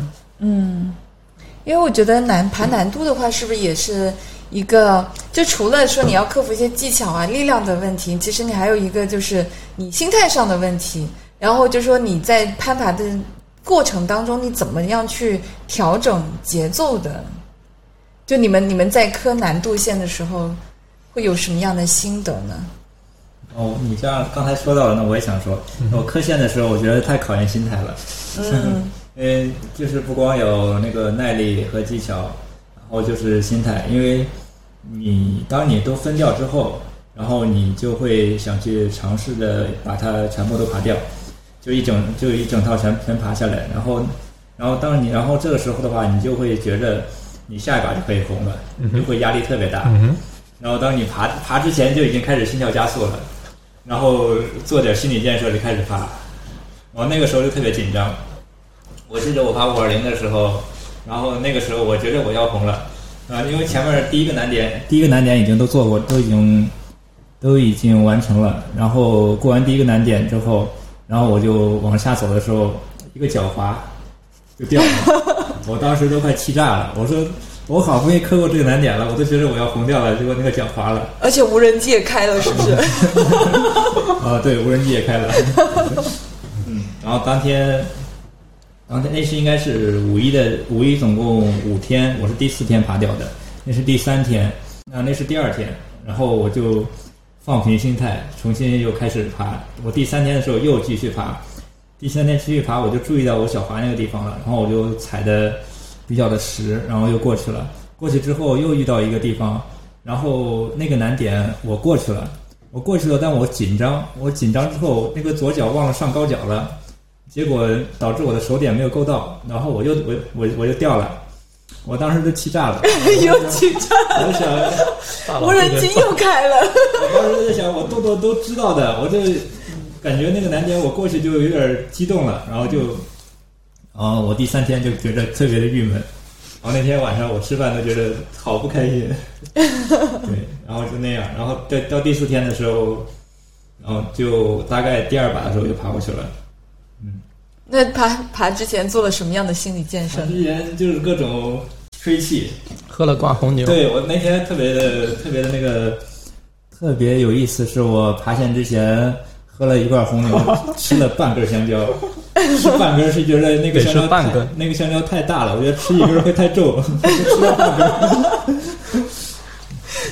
B: 因为我觉得难爬难度的话，是不是也是一个？就除了说你要克服一些技巧啊、力量的问题，其实你还有一个就是你心态上的问题。然后就说你在攀爬的过程当中，你怎么样去调整节奏的？就你们你们在磕难度线的时候，会有什么样的心得呢？
C: 哦，你这样刚才说到了，那我也想说，我科线的时候，我觉得太考验心态了。 嗯，呃，就是不光有那个耐力和技巧，然后就是心态，因为你当你都分掉之后，然后你就会想去尝试着把它全部都爬掉，就一整就一整套全全爬下来，然后然后当你然后这个时候的话，你就会觉着你下一把就可以红了，就会压力特别大。
D: 哼
C: 然后当你爬爬之前就已经开始心跳加速了，然后做点心理建设就开始爬，然后那个时候就特别紧张。我记得我爬五二零的时候，然后那个时候我觉得我要红了，啊、因为前面第一个难点，第一个难点已经都做过，都已经都已经完成了。然后过完第一个难点之后，然后我就往下走的时候，一个脚滑就掉了，我当时都快气炸了。我说我好不容易克过这个难点了，我都觉得我要红掉了，结果那个脚滑了。
B: 而且无人机也开了，是不是？
C: 啊，对，无人机也开了。 嗯，然后当天，当天那是应该是五一的，五一总共五天，我是第四天爬掉的，那是第三天，那那是第二天，然后我就放平心态，重新又开始爬。我第三天的时候又继续爬，第三天继续爬，我就注意到我小滑那个地方了，然后我就踩的比较的实，然后又过去了。过去之后又遇到一个地方，然后那个难点我过去了，我过去了，但我紧张，我紧张之后那个左脚忘了上高脚了，结果导致我的手点没有够到，然后我又我我我就掉了，我当时就气炸了，
B: 又紧张，
C: 我就想，
D: 大佬
B: 无人机又开了。
C: 我当时就想，我动作都知道的，我就感觉那个难点我过去就有点激动了，然后就，然后我第三天就觉得特别的郁闷，然后那天晚上我吃饭都觉得好不开心，对，然后就那样，然后到到第四天的时候，然后就大概第二把的时候就爬过去了。
B: 那爬爬之前做了什么样的心理建设
C: 我？之前就是各种吹气，
D: 喝了罐红牛，
C: 对我那天特别的特别的那个特别有意思，是我爬线之前喝了一罐红牛，吃了半根香蕉， 吃半根是觉得那个香蕉
D: 得吃半
C: 太
D: 根
C: 那个香蕉太大了，我觉得吃一根会太重，吃了半根。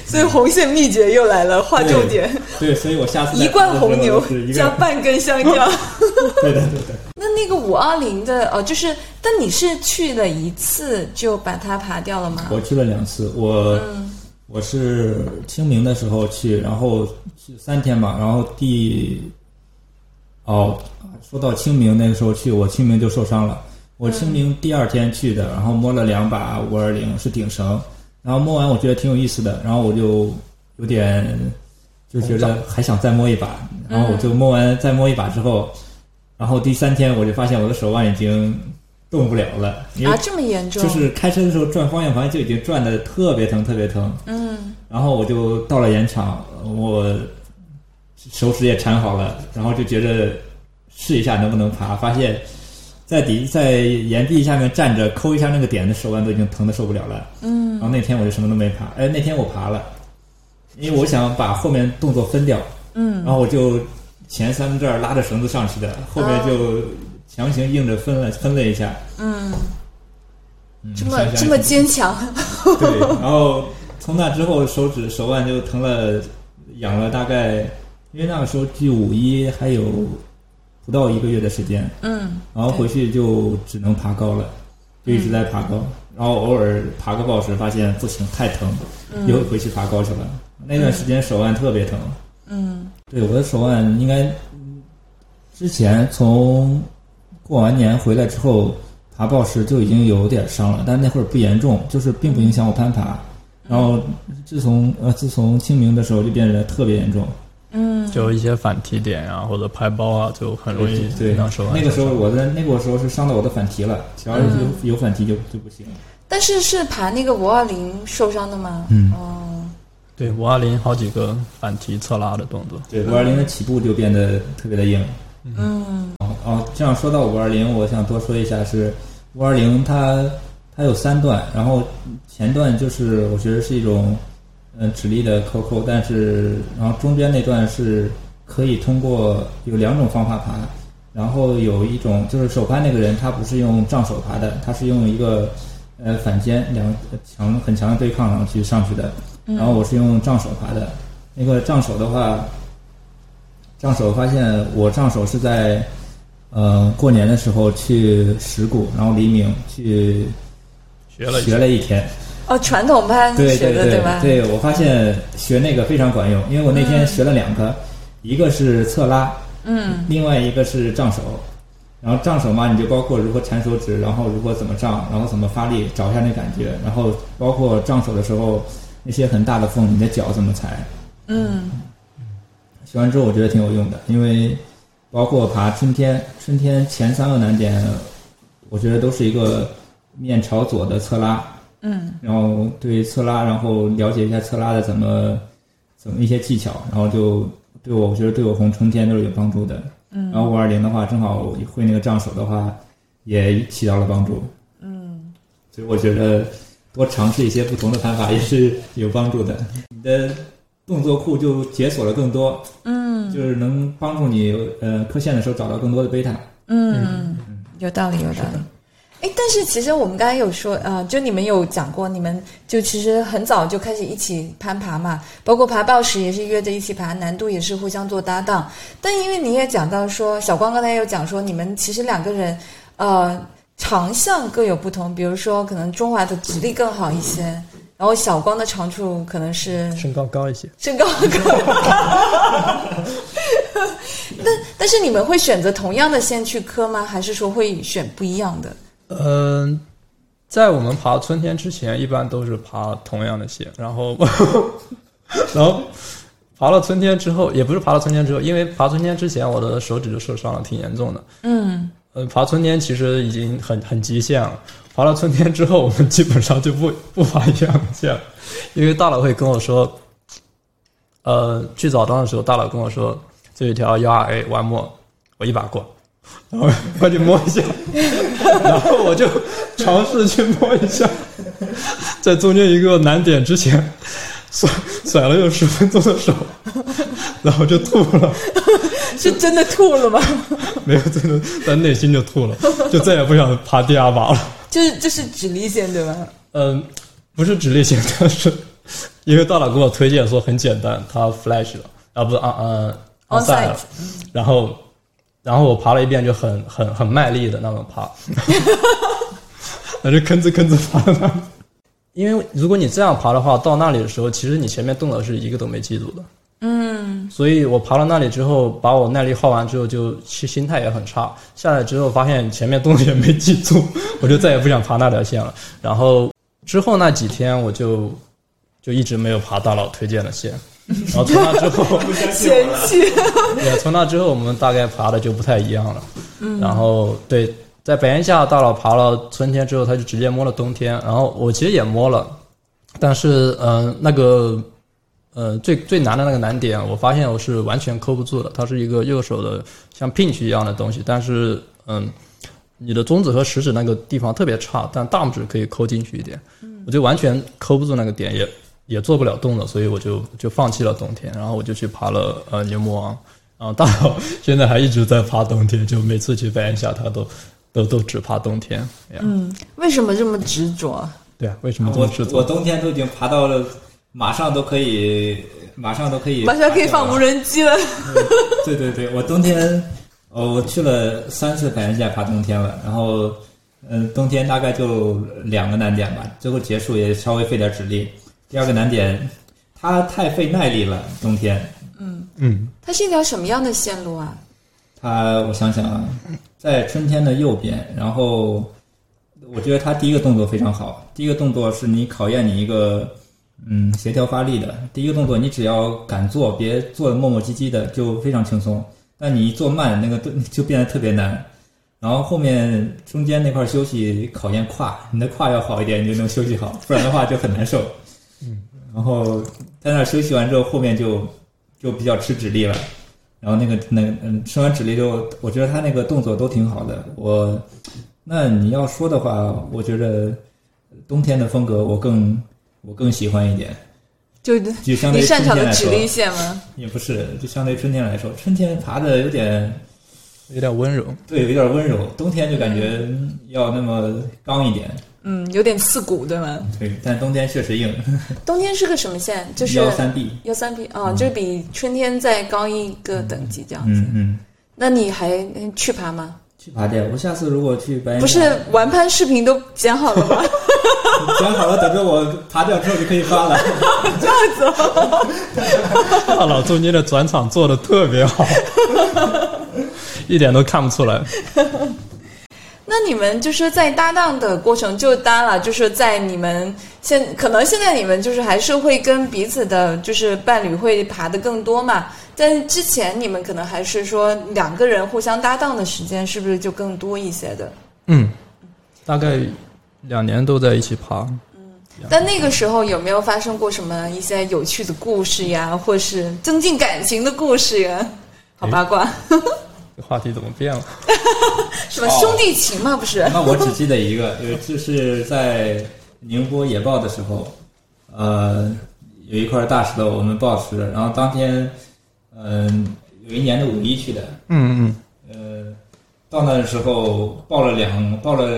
B: 所以红线秘诀又来了，划重点。
C: 对，所以我下次再
B: 一罐红牛
C: 爬的时候是一
B: 加
C: 个，
B: 半根香 蕉。
C: 对的对的。
B: 那那个五二零的呃，就是，但你是去了一次就把它爬掉了吗？
C: 我去了两次，我、我是清明的时候去，然后去三天吧，然后第哦，说到清明那个时候去，我清明就受伤了。我清明第二天去的，然后摸了两把五二零是顶绳，然后摸完我觉得挺有意思的，然后我就有点就觉得还想再摸一把，然后我就摸完再摸一把之后，然后第三天我就发现我的手腕已经动不了了，因为
B: 啊，这么严重？
C: 就是开车的时候转方向盘就已经转的特别疼，特别疼。嗯。然后我就到了盐场，我手指也缠好了，然后就觉着试一下能不能爬，发现在底在岩壁下面站着抠一下那个点的手腕都已经疼的受不了了。嗯，然后那天我就什么都没爬，哎，那天我爬了，因为我想把后面动作分掉。嗯，然后我就前三分之二拉着绳子上去的，后面就强行硬着分了分了一下。嗯，
B: 这么
C: 想想
B: 这么
C: 也挺
B: 坚强，
C: 对，然后从那之后，手指手腕就疼了，痒了大概，因为那个时候距五一还有不到一个月的时间，
B: 嗯，
C: 然后回去就只能爬高了，就一直在爬高，然后偶尔爬个暴食，发现不行，太疼，又回去爬高去了。那段时间手腕特别疼，
B: 嗯，
C: 对我的手腕应该嗯之前从过完年回来之后爬暴食就已经有点伤了，但那会儿不严重，就是并不影响我攀爬。
B: 嗯
C: 然后自从呃自从清明的时候就变得特别严重，
D: 就一些反提点啊或者拍包啊，就很容易
C: 对
D: 让手腕
C: 那个时候
D: 受伤
C: 我的那个时候是伤到我的反提了，只要有、有反提就就不行。
B: 但是是爬那个五二零受伤的吗？
C: 嗯
B: 哦，
D: 对五二零好几个反提侧拉的动作，
C: 对，五二零的起步就变得特别的硬。
B: 嗯
C: 哦哦，这样说到五二零，我想多说一下是五二零，它它有三段，然后前段就是我觉得是一种嗯、呃、指力的扣扣，但是然后中间那段是可以通过有两种方法爬，然后有一种就是手攀那个人他不是用杖手爬的，他是用一个呃反肩两强很强的对抗然后去上去的，然后我是用杖手爬的，那个杖手的话。杖手发现我杖手是在呃过年的时候去石鼓，然后黎明去
D: 学了一
C: 学
D: 下
C: 了一天，
B: 哦，传统班
C: 对
B: 学的
C: 对
B: 吧？
C: 对我发现学那个非常管用，因为我那天学了两个，一个是侧拉，
B: 嗯，
C: 另外一个是杖手。然后杖手嘛，你就包括如何缠手指，然后如何怎么杖，然后怎么发力，找一下那感觉，然后包括杖手的时候那些很大的缝，你的脚怎么踩，
B: 嗯
C: 学完之后我觉得挺有用的，因为包括爬春天，春天前三个难点，我觉得都是一个面朝左的侧拉，
B: 嗯
C: 然后对于侧拉，然后了解一下侧拉的怎么怎么一些技巧，然后就对我我觉得对我红春天都是有帮助的。嗯，然后五二零的话，正好我会那个杖手的话，也起到了帮助。
B: 嗯，
C: 所以我觉得多尝试一些不同的攀法也是有帮助的。你的动作库就解锁了更多，
B: 嗯
C: 就是能帮助你呃刻线的时候找到更多的贝塔。
B: 嗯，有道理，有道理。哎，但是其实我们刚才有说，呃，就你们有讲过，你们就其实很早就开始一起攀爬嘛，包括爬报石也是约着一起爬，难度也是互相做搭档。但因为你也讲到说，小光刚才有讲说，你们其实两个人，呃，长项各有不同，比如说可能中华的直立更好一些，然后小光的长处可能是
D: 身高高一些。
B: 身高 高。但但是你们会选择同样的线去磕吗？还是说会选不一样的？
D: 嗯，在我们爬春天之前，一般都是爬同样的线，然后， 然后爬了春天之后，也不是爬了春天之后，因为爬春天之前我的手指就受伤了，挺严重的。
B: 嗯，
D: 呃，爬春天其实已经很很极限了。爬了春天之后，我们基本上就不不爬一样的线了，因为大佬会跟我说，呃，去澡堂的时候，大佬跟我说这一条幺啊二 A 弯摸，我一把过，然后 我就摸一下，然后我就尝试去摸一下，在中间一个难点之前，甩甩了有十分钟的手，然后就吐了。
B: 是真的吐了吗？
D: 没有，真的，但内心就吐了，就再也不想爬第二把了。
B: 就是就是直立线对吧？
D: 嗯，不是直立线，但 是因为大佬给我推荐说很简单，他 flash 了，啊不是啊嗯
B: On
D: on side 了，然后然后我爬了一遍就很很很卖力的那种爬，那就吭哧吭哧爬到那里。 因为如果你这样爬的话，到那里的时候，其实你前面动的是一个都没记住的。嗯，所以我爬到那里之后，把我耐力耗完之后，就心心态也很差。下来之后发现前面动的也没记住， 我就再也不想爬那条线了。然后之后那几天，我就就一直没有爬大佬推荐的线。然后从那之后，
B: 嫌弃。
D: 也从那之后，我们大概爬的就不太一样了。嗯，然后对，在白岩下大佬爬了春天之后，他就直接摸了冬天，然后我其实也摸了，但是嗯、呃那个呃最最难的那个难点，我发现我是完全扣不住的。它是一个右手的像 pinch 一样的东西，但是嗯，你的中指和食指那个地方特别差，但大拇指可以抠进去一点，我就完全抠不住那个点，也也做不了动了，所以我就就放弃了冬天，然后我就去爬了呃牛魔王。然后大佬现在还一直在爬冬天，就每次去白岩峡，他都都都只爬冬天。嗯，
B: 为什么这么执着？
D: 对啊，为什么这么
C: 我
D: 执
C: 我
D: 着？
C: 冬天都已经爬到了，马上都可以，马上都可啊以，
B: 马上可以放无。人机了。
C: 对对对，我冬天，哦，我去了三次白云峡爬冬天了，然后，嗯，冬天大概就两个难点吧，最后结束也稍微费点体力。第二个难点，它太费耐力了，冬天，
D: 嗯，
B: 它是一条什么样的线路啊？
C: 它我想想啊，在春天的右边，然后我觉得它第一个动作非常好。第一个动作是你考验你一个嗯协调发力的。第一个动作你只要敢做，别做的磨磨唧唧的，就非常轻松。但你一做慢，那个动就变得特别难。然后后面中间那块休息考验胯，你的胯要好一点，你就能休息好，不然的话就很难受。嗯，然后在那儿休息完之后，后面就就比较吃指力了。然后那个那个嗯，伸完指令之后，我觉得他那个动作都挺好的。我，那你要说的话，我觉得冬天的风格我更我更喜欢一点，
B: 就
C: 就相对
B: 你
C: 于
B: 擅
C: 春
B: 长的
C: 天来
B: 指
C: 说，
B: 力线吗？
C: 也不是，就相对于春天来说，春天爬的有点
D: 有点温柔。
C: 对，有点温柔，冬天就感觉嗯要那么刚一点，
B: 嗯，有点刺骨，对吗？
C: 对，但冬天确实硬，
B: 冬天是个什么线？就是
C: 幺三 B，
B: 幺三 P 啊，就是比春天再高一个等级这样。
C: 嗯嗯，
B: 那你还嗯去爬吗？
C: 去爬的，我下次如果去白
B: 不是玩攀视频都剪好了吗？
C: 讲好了，等着我爬掉之后就可以发了。
D: 大佬中间的转场做的特别好， 一点都看不出来。
B: 那你们就是在搭档的过程，就搭了，就是在你们现可能现在你们就是还是会跟彼此的，就是伴侣会爬的更多嘛。但是之前你们可能还是说两个人互相搭档的时间是不是就更多一些的？
D: 嗯，大概两年都在一起爬。
B: 但那个时候有没有发生过什么一些有趣的故事呀，或是增进感情的故事呀？好八卦，
D: 这话题怎么变了？
B: 什么兄弟情嘛，不是？
C: 那我只记得一个， 有一次是在宁波野豹的时候，呃，有一块大石头我们暴食，然后当天，嗯、有一年的五一去的，
D: 嗯嗯
C: 呃，到那的时候暴了两暴了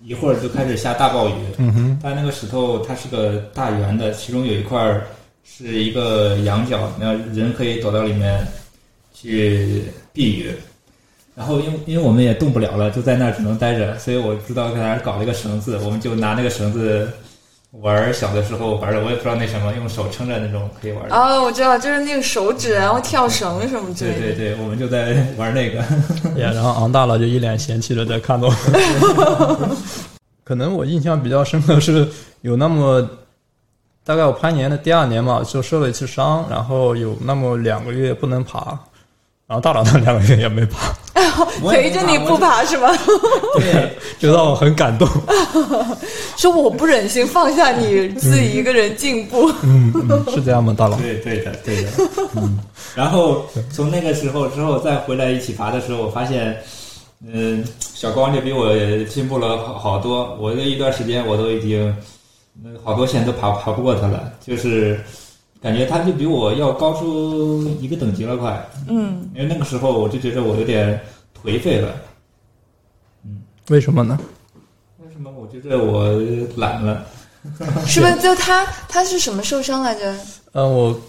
C: 一会儿就开始下大暴雨，
D: 嗯哼，
C: 但那个石头它是个大圆的，其中有一块儿是一个羊角，那人可以躲到里面去避雨。然后因为因为我们也动不了了，就在那儿只能待着，所以我知道在那儿搞了一个绳子，我们就拿那个绳子玩儿。小的时候玩儿的，我也不知道那什么，用手撑着那种可以玩儿的。
B: 哦，我知道，就是那个手指，然后跳绳什么之类
C: 对
B: 的。
C: 对对，我们就在玩儿那个。
D: 也然后昂大佬就一脸嫌弃的在看着我。 可能我印象比较深刻是有那么大概我攀岩的第二年嘛，就受了一次伤，然后有那么两个月不能爬，然后大佬那两个月也没爬，
C: 我也
B: 陪着
C: 没
B: 你
C: 爬
B: 不？爬是吗？
C: 我只对，
D: 就让我很感动。
B: 说我不忍心放下你自己一个人进步。
D: 嗯，嗯是这样吗，大佬？
C: 对对的，对的。嗯，然后从那个时候之后再回来一起爬的时候，我发现，嗯、小光就比我进步了好好多。我这一段时间我都已经，那好多线都爬爬不过他了，就是感觉他就比我要高出一个等级了，快。
B: 嗯，
C: 因为那个时候我就觉得我有点颓废了。
D: 为什么呢？
C: 为什么？我觉得我懒了。
B: 是不是？就他他是什么受伤来着？
D: 嗯、我，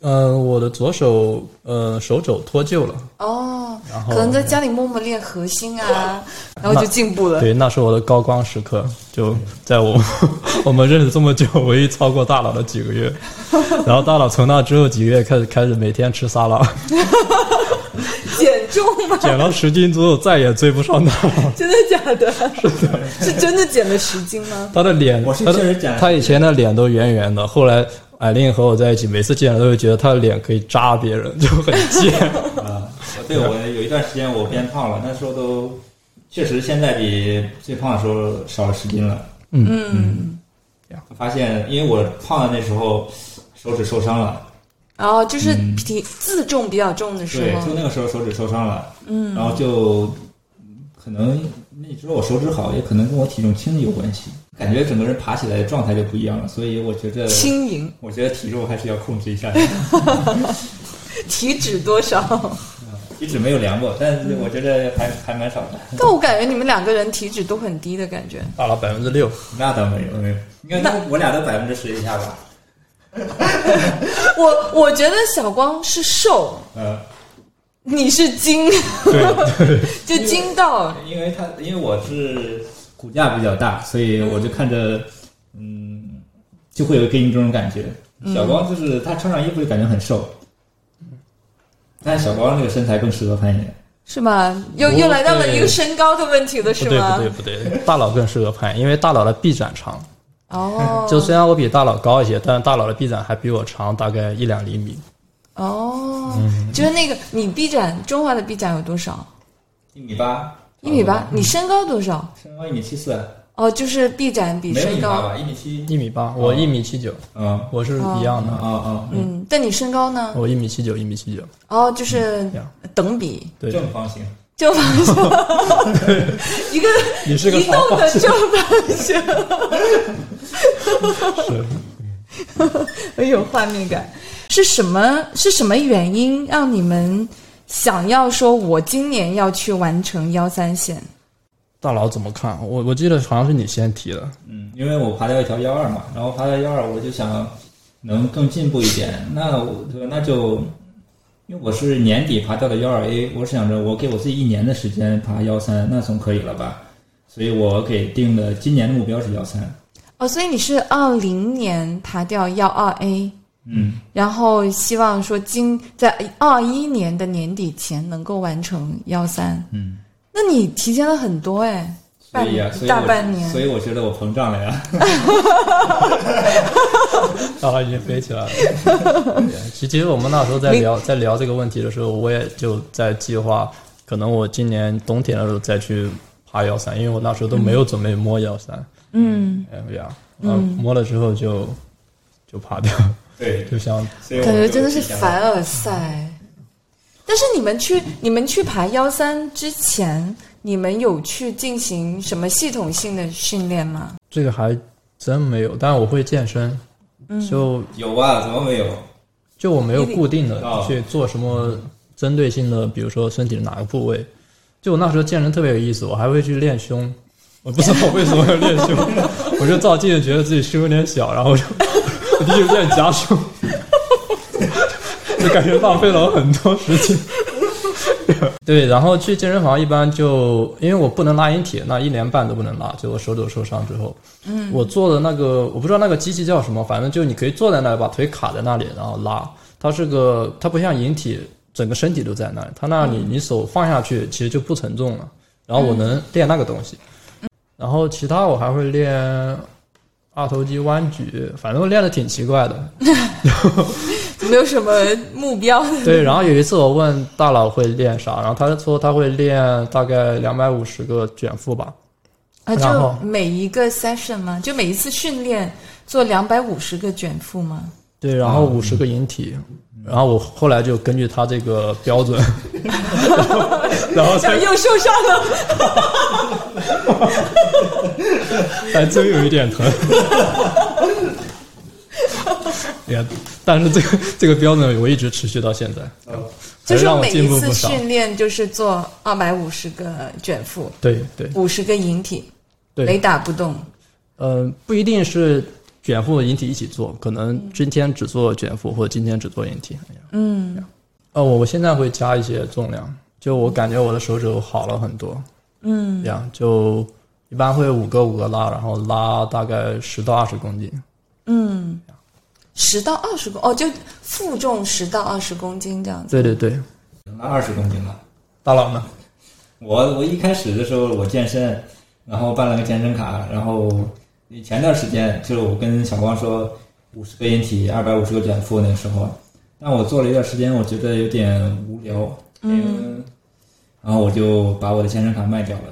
D: 嗯、我的左手，呃，手肘脱臼了。
B: 哦
D: 然，后
B: 可能在家里默默练核心啊，然后就进步了。
D: 对，那是我的高光时刻，就在我 我们认识这么久，唯一超过大佬的几个月。然后大佬从那之后几个月开始开始每天吃沙拉，
B: 减重吗？
D: 减了十斤之后再也追不上大佬。
B: 真的假的？是的， 是真的减了十斤吗？
D: 他的脸，
C: 我是
D: 他的
C: 确实减了
D: 他以前的脸都圆圆的，后来艾琳和我在一起，每次见了都会觉得他的脸可以扎别人，就很贱。
C: 啊，我对我有一段时间我变胖了，那时候都确实现在比最胖的时候少了十斤了。
D: 嗯
C: 嗯，发现因为我胖的那时候手指受伤了。
B: 然后哦就是体自重比较重的
C: 对
B: 时，候
C: 就，那个时候手指受伤了，嗯，然后就可能那时候我手指好，也可能跟我体重轻有关系，感觉整个人爬起来的状态就不一样了，所以我觉得，
B: 轻盈，
C: 我觉得体重还是要控制一下的。
B: 体脂多少？
C: 体脂没有量过，但是我觉得还还蛮少的。
B: 但我感觉你们两个人体脂都很低的感觉。
D: 大了百分之六，
C: 那倒没有，没有，应该都我俩都百分之十以下吧。
B: 我我觉得小光是瘦，
C: 呃，
B: 你是精， 就精到
C: 因为他因为我是骨架比较大，所以我就看着，嗯，就会有给你这种感觉。
B: 嗯
C: 小光就是他穿上衣服就感觉很瘦，但是小光这个身材更适合攀岩。
B: 是吗？又
D: 我
B: 又来到了
D: 对
B: 一个身高的问题了，
D: 不
B: 是
D: 对
B: 吗
D: 不？对不对，大佬更适合攀岩，因为大佬的臂展长。
B: 哦
D: 就虽然我比大佬高一些，但是大佬的臂展还比我长大概一两厘米。
B: 哦，
D: 嗯
B: 就是那个你臂展，中华的臂展有多少？
C: 一米八，哦
B: 一米
D: 哦
B: 八，你身高多少？
C: 身高一米七四，
B: 哦，就是臂展比
C: 没有一
B: 身
C: 米八
B: 高，
C: 吧，一米七，
D: 一米八，我一米七九，
C: 嗯，
D: 我是一样
C: 啊
D: 的，
C: 啊，嗯
B: 嗯，但你身高呢？
D: 我一米七九，一米七九，
B: 哦，就是
D: 这样
B: 等比，
D: 对，
C: 正方形。
B: 就 一个
D: 你是个
B: 移
D: 长
B: 动
D: 发
B: 的
D: 型
B: 正方 形。
D: 是
B: 很 有画面感。是什么是什么原因让你们想要说，我今年要去完成幺三线？
D: 大佬怎么看？我我记得好像是你先提的，
C: 嗯，因为我爬到一条幺二嘛，然后爬到幺二，我就想能更进步一点。那我那就，因为我是年底爬到的幺二 A，我是想着我给我自己一年的时间爬幺三，那总可以了吧？所以我给定的今年的目标是幺三。
B: 哦，所以你是二零年爬掉幺二 A，
C: 嗯，
B: 然后希望说今在二一年的年底前能够完成幺三。
C: 嗯，
B: 那你提前了很多哎，
C: 所
B: 半
C: 以啊，所以我
B: 大半年
C: 所以我觉得我膨胀了呀。
D: 大佬已经飞起来了。 对其其实我们那时候在聊在聊这个问题的时候，我也就在计划，可能我今年冬天的时候再去爬幺三，因为我那时候都没有准备摸幺三，
B: 嗯，
D: 哎呀，嗯，摸了之后就就爬掉，
C: 对，
D: 就像
C: 所以我
B: 感觉
C: 就
B: 真的是
C: 想了
B: 凡尔赛。但是你们去你们去爬幺三之前，你们有去进行什么系统性的训练吗？
D: 这个还真没有，但我会健身，嗯就
C: 有啊，怎么没有？
D: 就我没有固定的
C: 哦
D: 去做什么针对性的，比如说身体的哪个部位。就我那时候健身特别有意思，我还会去练胸。我不知道为什么要练胸， 我就照镜子觉得自己胸有点小，然后我就 我就一直在夹胸， 就感觉浪费了我很多时间。 对，然后去健身房一般就因为我不能拉引体，那一年半都不能拉，就我手肘受伤之后，嗯，我做的那个我不知道那个机器叫什么，反正就你可以坐在那里把腿卡在那里，然后拉。它是个，它不像引体，整个身体都在那里，它那里你手放下去其实就不沉重了。然后我能练那个东西，然后其他我还会练二头肌弯举，反正我练的挺奇怪的，
B: 没有什么目标。
D: 对，然后有一次我问大佬会练啥，然后他说他会练大概两百五十个卷腹吧。
B: 啊，
D: 然后
B: 就每一个 session 吗？就每一次训练做两百五十个卷腹吗？
D: 对，然后五十个引体，然后我后来就根据他这个标准， 然后
B: 然
D: 才
B: 后又受伤了，
D: 还真有一点疼。哎呀，但是这个这个标准我一直持续到现在，
B: 就
D: 还
B: 是
D: 让我
B: 每
D: 进
B: 一
D: 步
B: 次
D: 不少。
B: 训练就是做二百五十个卷腹，
D: 对对
B: 五十个引体，雷
D: 对，
B: 打不动。
D: 呃，不一定是卷腹引体一起做，可能今天只做卷腹，或者今天只做引体。哎呀
B: 嗯
D: 呃，我我现在会加一些重量，就我感觉我的手肘好了很多。
B: 嗯，
D: 这样就一般会五个五个拉，然后拉大概十到二十公斤。
B: 嗯，十到二十公哦，就负重十到二十公斤这样 子。
D: 对对对，
C: 拉二十公斤了。
D: 大佬呢？
C: 我我一开始的时候我健身，然后办了个健身卡，然后前段时间就是我跟小光说五十个引体，二百五十个卷腹那个时候，但我做了一段时间，我觉得有点无聊，嗯，然后我就把我的健身卡卖掉了。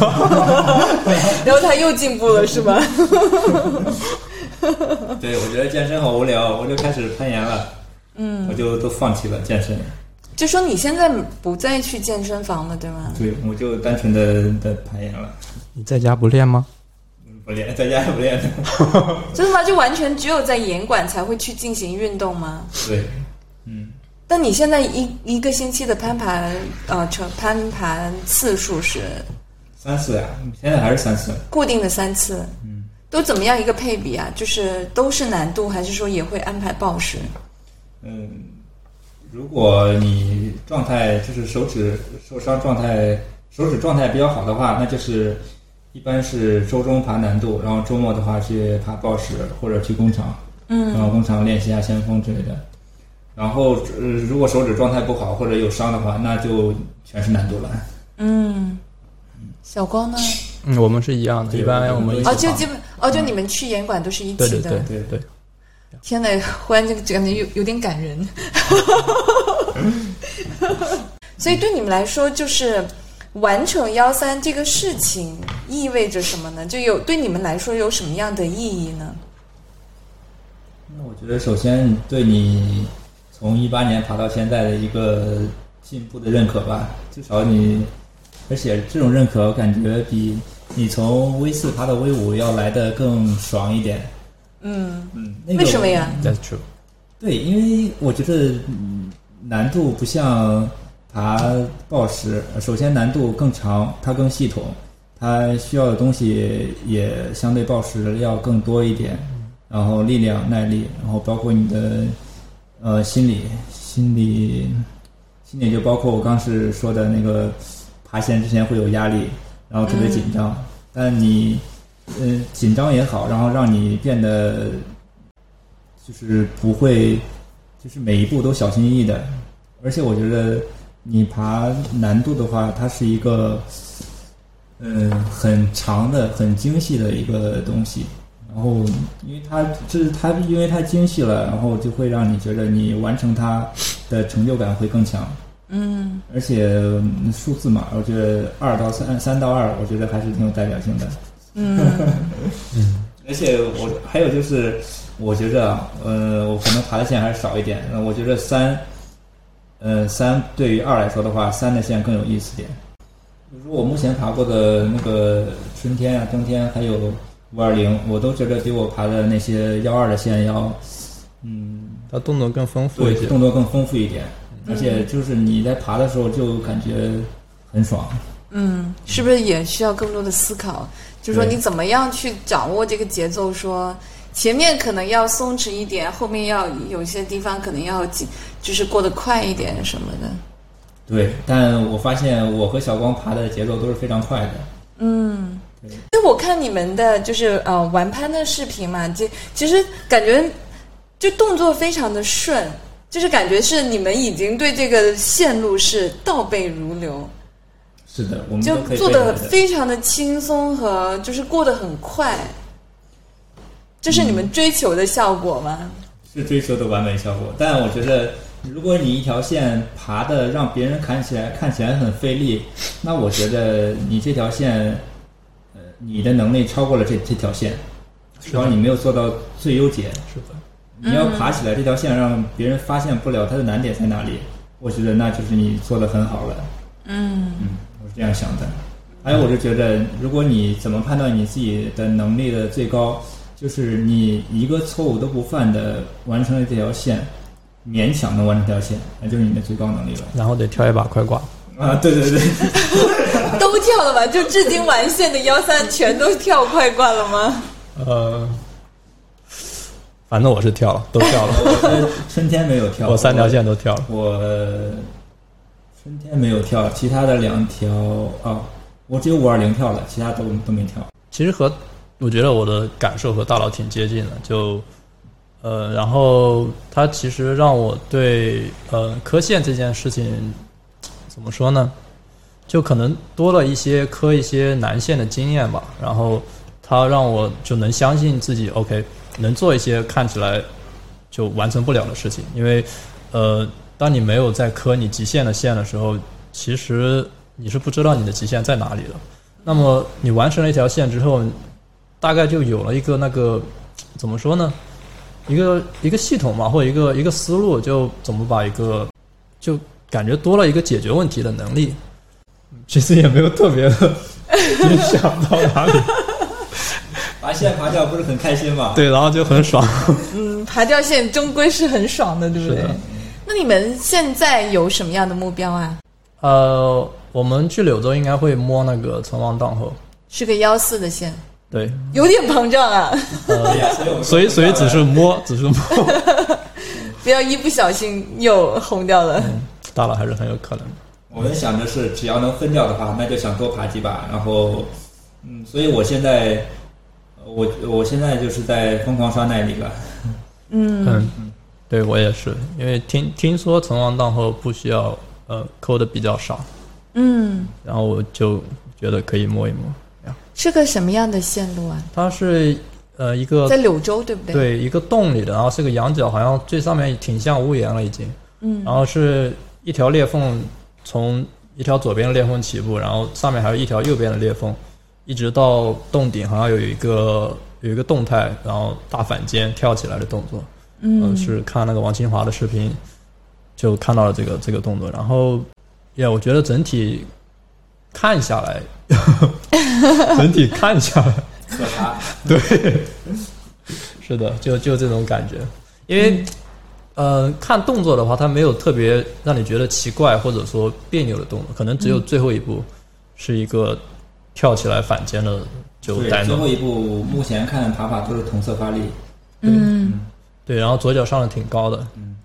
B: 然后他又进步了是吗？
C: 对，我觉得健身好无聊，我就开始攀岩了。嗯，我就都放弃了健身。
B: 就说你现在不再去健身房了，对吗？
C: 对，我就单纯的的攀岩了，
D: 你在家不练吗？
C: 不练，在家也不练。
B: 真的吗？就完全只有在严管才会去进行运动吗？
C: 对，嗯，
B: 那你现在一一个星期的攀爬，呃，成攀爬次数是
C: 三次呀、现在还是三次。
B: 固定的三次，
C: 嗯，
B: 都怎么样一个配比啊？就是都是难度，还是说也会安排暴食？
C: 嗯，如果你状态就是手指受伤状态，手指状态比较好的话，那就是一般是周中爬难度，然后周末的话去爬暴食或者去工厂，嗯，然后工厂练习一下先锋之类的。然后，呃，如果手指状态不好或者有伤的话，那就全是难度了。
B: 嗯，小光呢？
D: 嗯，我们是一样的，
C: 对
D: 一般我们一起
B: 哦，
C: 啊
B: 就
D: 跑
B: 基本哦，就你们去严管都是一
D: 对
B: 起
D: 对
B: 的。
D: 对
C: 对
D: 对，
B: 天哪，忽然这个感觉有有点感 人。所以对你们来说，就是完成幺三这个事情意味着什么呢？就有对你们来说有什么样的意义呢？
C: 那我觉得，首先对你从一八年爬到现在的一个进步的认可吧，至少你，而且这种认可，我感觉比你从 V 四爬到 V 五要来的更爽一点。
B: 嗯，
C: 嗯，那个
B: 为什么呀？
D: that's true。
C: 对，因为我觉得嗯难度不像爬暴食，首先难度更长，它更系统，它需要的东西也相对暴食要更多一点，然后力量、耐力，然后包括你的呃心理、心理、心理就包括我刚是说的那个爬线之前会有压力，然后特别紧张，但你嗯、呃紧张也好，然后让你变得就是不会，就是每一步都小心翼翼的。而且我觉得你爬难度的话，它是一个嗯很长的、很精细的一个东西。然后，因为它这是它，因为它精细了，然后就会让你觉得你完成它的成就感会更强。嗯，而且嗯数字嘛，我觉得二到三，三到二，我觉得还是挺有代表性的。而且我还有就是，我觉着啊，呃，我可能爬的线还是少一点。那我觉得三，呃，三对于二来说的话，三的线更有意思点。如果我目前爬过的那个春天啊、冬天，还有五二零，我都觉得比我爬的那些幺二的线要，嗯，
D: 它动作更丰富
C: 对
D: 一，些。
C: 动作更丰富一点。而且就是你在爬的时候就感觉很爽。
B: 嗯，是不是也需要更多的思考？就说
C: 对
B: 你怎么样去掌握这个节奏？说前面可能要松弛一点，后面要有些地方可能要紧，就是过得快一点什么的。
C: 对，但我发现我和小光爬的节奏都是非常快的。
B: 那我看你们的就是呃玩攀的视频嘛，这其实感觉就动作非常的顺，就是感觉是你们已经对这个线路是倒背如流，
C: 是的，我们
B: 就
C: 都可以
B: 做
C: 这样
B: 的
C: 的
B: 非常的轻松和就是过得很快，这是你们追求的效果吗？
C: 是追求的完美效果，但我觉得，如果你一条线爬的让别人看起来看起来很费力，那我觉得你这条线，呃，你的能力超过了这这条线，至少你没有做到最优解。
D: 是的，
C: 你要爬起来这条线让别人发现不了它的难点在哪里，我觉得那就是你做的很好了。
B: 嗯
C: 嗯，我是这样想的。还有，我是觉得，如果你怎么判断你自己的能力的最高，就是你一个错误都不犯的完成了这条线，勉强能完成这条线，那就是你的最高能力了。
D: 然后得跳一把快挂。
C: 啊，对对对，
B: 都跳了吧？就至今完线的幺三全都跳快挂了吗？
D: 呃，反正我是跳了，都跳了，
C: 呃春天没有跳，
D: 我三条线都跳了。
C: 我春天没有跳，其他的两条啊，我只有五二零跳了，其他都都没跳。
D: 其实和我觉得我的感受和大佬挺接近的，就呃，然后他其实让我对呃科线这件事情怎么说呢，就可能多了一些科一些南线的经验吧，然后他让我就能相信自己，OK，能做一些看起来就完成不了的事情，因为呃，当你没有在科你极限的线的时候，其实你是不知道你的极限在哪里的。那么你完成了一条线之后，大概就有了一个那个怎么说呢？一个一个系统嘛，或者一个一个思路，就怎么把一个就感觉多了一个解决问题的能力。其实也没有特别 的联想到哪里，
C: 拔线拔掉不是很开心吗？
D: 对，然后就很爽。
B: 嗯，爬掉线终归是很爽的，对不对
D: 是的？
B: 那你们现在有什么样的目标啊？
D: 呃，我们去柳州应该会摸那个存亡荡后，
B: 是个幺四的线，
D: 对，
B: 有点膨胀啊！
C: 对哎呀，所以我们
D: 所以所以只是摸，只 是摸，
B: 不要一不小心又红掉了。
D: 嗯大了还是很有可能的。
C: 我们想着是，只要能分掉的话，那就想多爬几把。然后，嗯，所以我现在，呃我我现在就是在疯狂刷耐力了。
D: 嗯，对我也是，因为听听说存亡荡后不需要呃扣的比较少，
B: 嗯，
D: 然后我就觉得可以摸一摸。这样
B: 是个什么样的线路啊？
D: 它是呃一个
B: 在柳州，对不对？。
D: 对一个洞里的，然后是个羊角，好像最上面挺像屋檐了已经。
B: 嗯。
D: 然后是一条裂缝，从一条左边的裂缝起步，然后上面还有一条右边的裂缝，一直到洞顶，好像有一个有一个动态，然后大反肩跳起来的动作。嗯，是看那个王清华的视频，就看到了这个这个动作。然后，也我觉得整体看下来， 整体看下来，
C: 可 爬，
D: 对，是的，就就这种感觉，因为、呃，看动作的话，它没有特别让你觉得奇怪或者说别扭的动作，可能只
C: 嗯
D: 有最后一步是一个跳起来反肩的就
C: 对，
D: 呆
C: 最后
D: 弄，
C: 一步目前看爬法都是同侧发力。
B: 嗯，
D: 对，然后左脚上的挺高的，
C: 嗯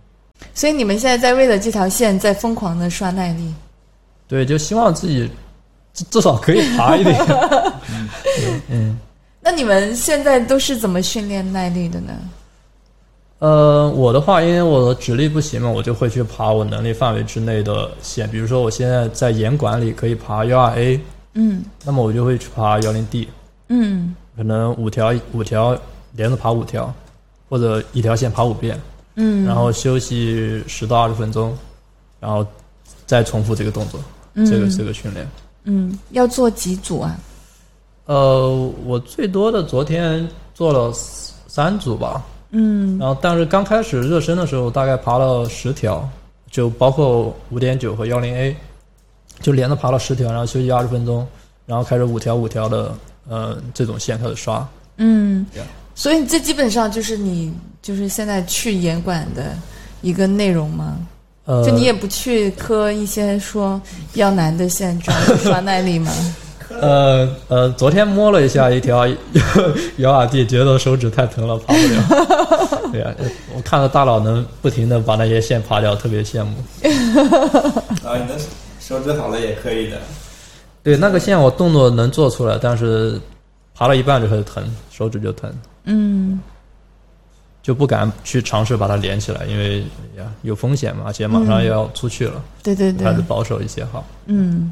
B: 所以你们现在在为了这条线在疯狂的刷耐力。
D: 对，就希望自己至至少可以爬 一点。
B: 那你们现在都是怎么训练耐力的呢？
D: 呃，我的话，因为我的指力不行嘛，我就会去爬我能力范围之内的线。比如说，我现在在严管里可以爬幺二 A，
B: 嗯
D: 那么我就会去爬幺零 D，
B: 嗯
D: 可能五条五条连着爬五条，或者一条线爬五遍，
B: 嗯，
D: 然后休息十到二十分钟，然后再重复这个动作，这个这个训练。
B: 嗯，要做几组啊？
D: 呃，我最多的昨天做了三三组吧，
B: 嗯
D: 然后但是刚开始热身的时候，大概爬了十条，就包括五点九和幺零 A，就连着爬了十条，然后休息二十分钟，然后开始五条五条的呃这种线开始刷。
B: 嗯
D: 这样，
B: 所以这基本上就是你就是现在去严管的一个内容吗？
D: 呃，
B: 就你也不去磕一些说要难的线，主要是刷耐力 吗？
D: 呃呃，昨天摸了一下一条 摇耳地，觉得手指太疼了，爬不 了。对呀、呃我看到大佬能不停的把那些线爬掉，特别羡慕。
C: 啊，你的手指好了也可以的。
D: 对，那个线我动作能做出来，但是爬到一半就开始疼，手指就疼，
B: 嗯
D: 就不敢去尝试把它连起来，因为呀有风险嘛，而且马上要出去了，，
B: 对对嗯对
D: 还，是保守一些好。
B: 嗯。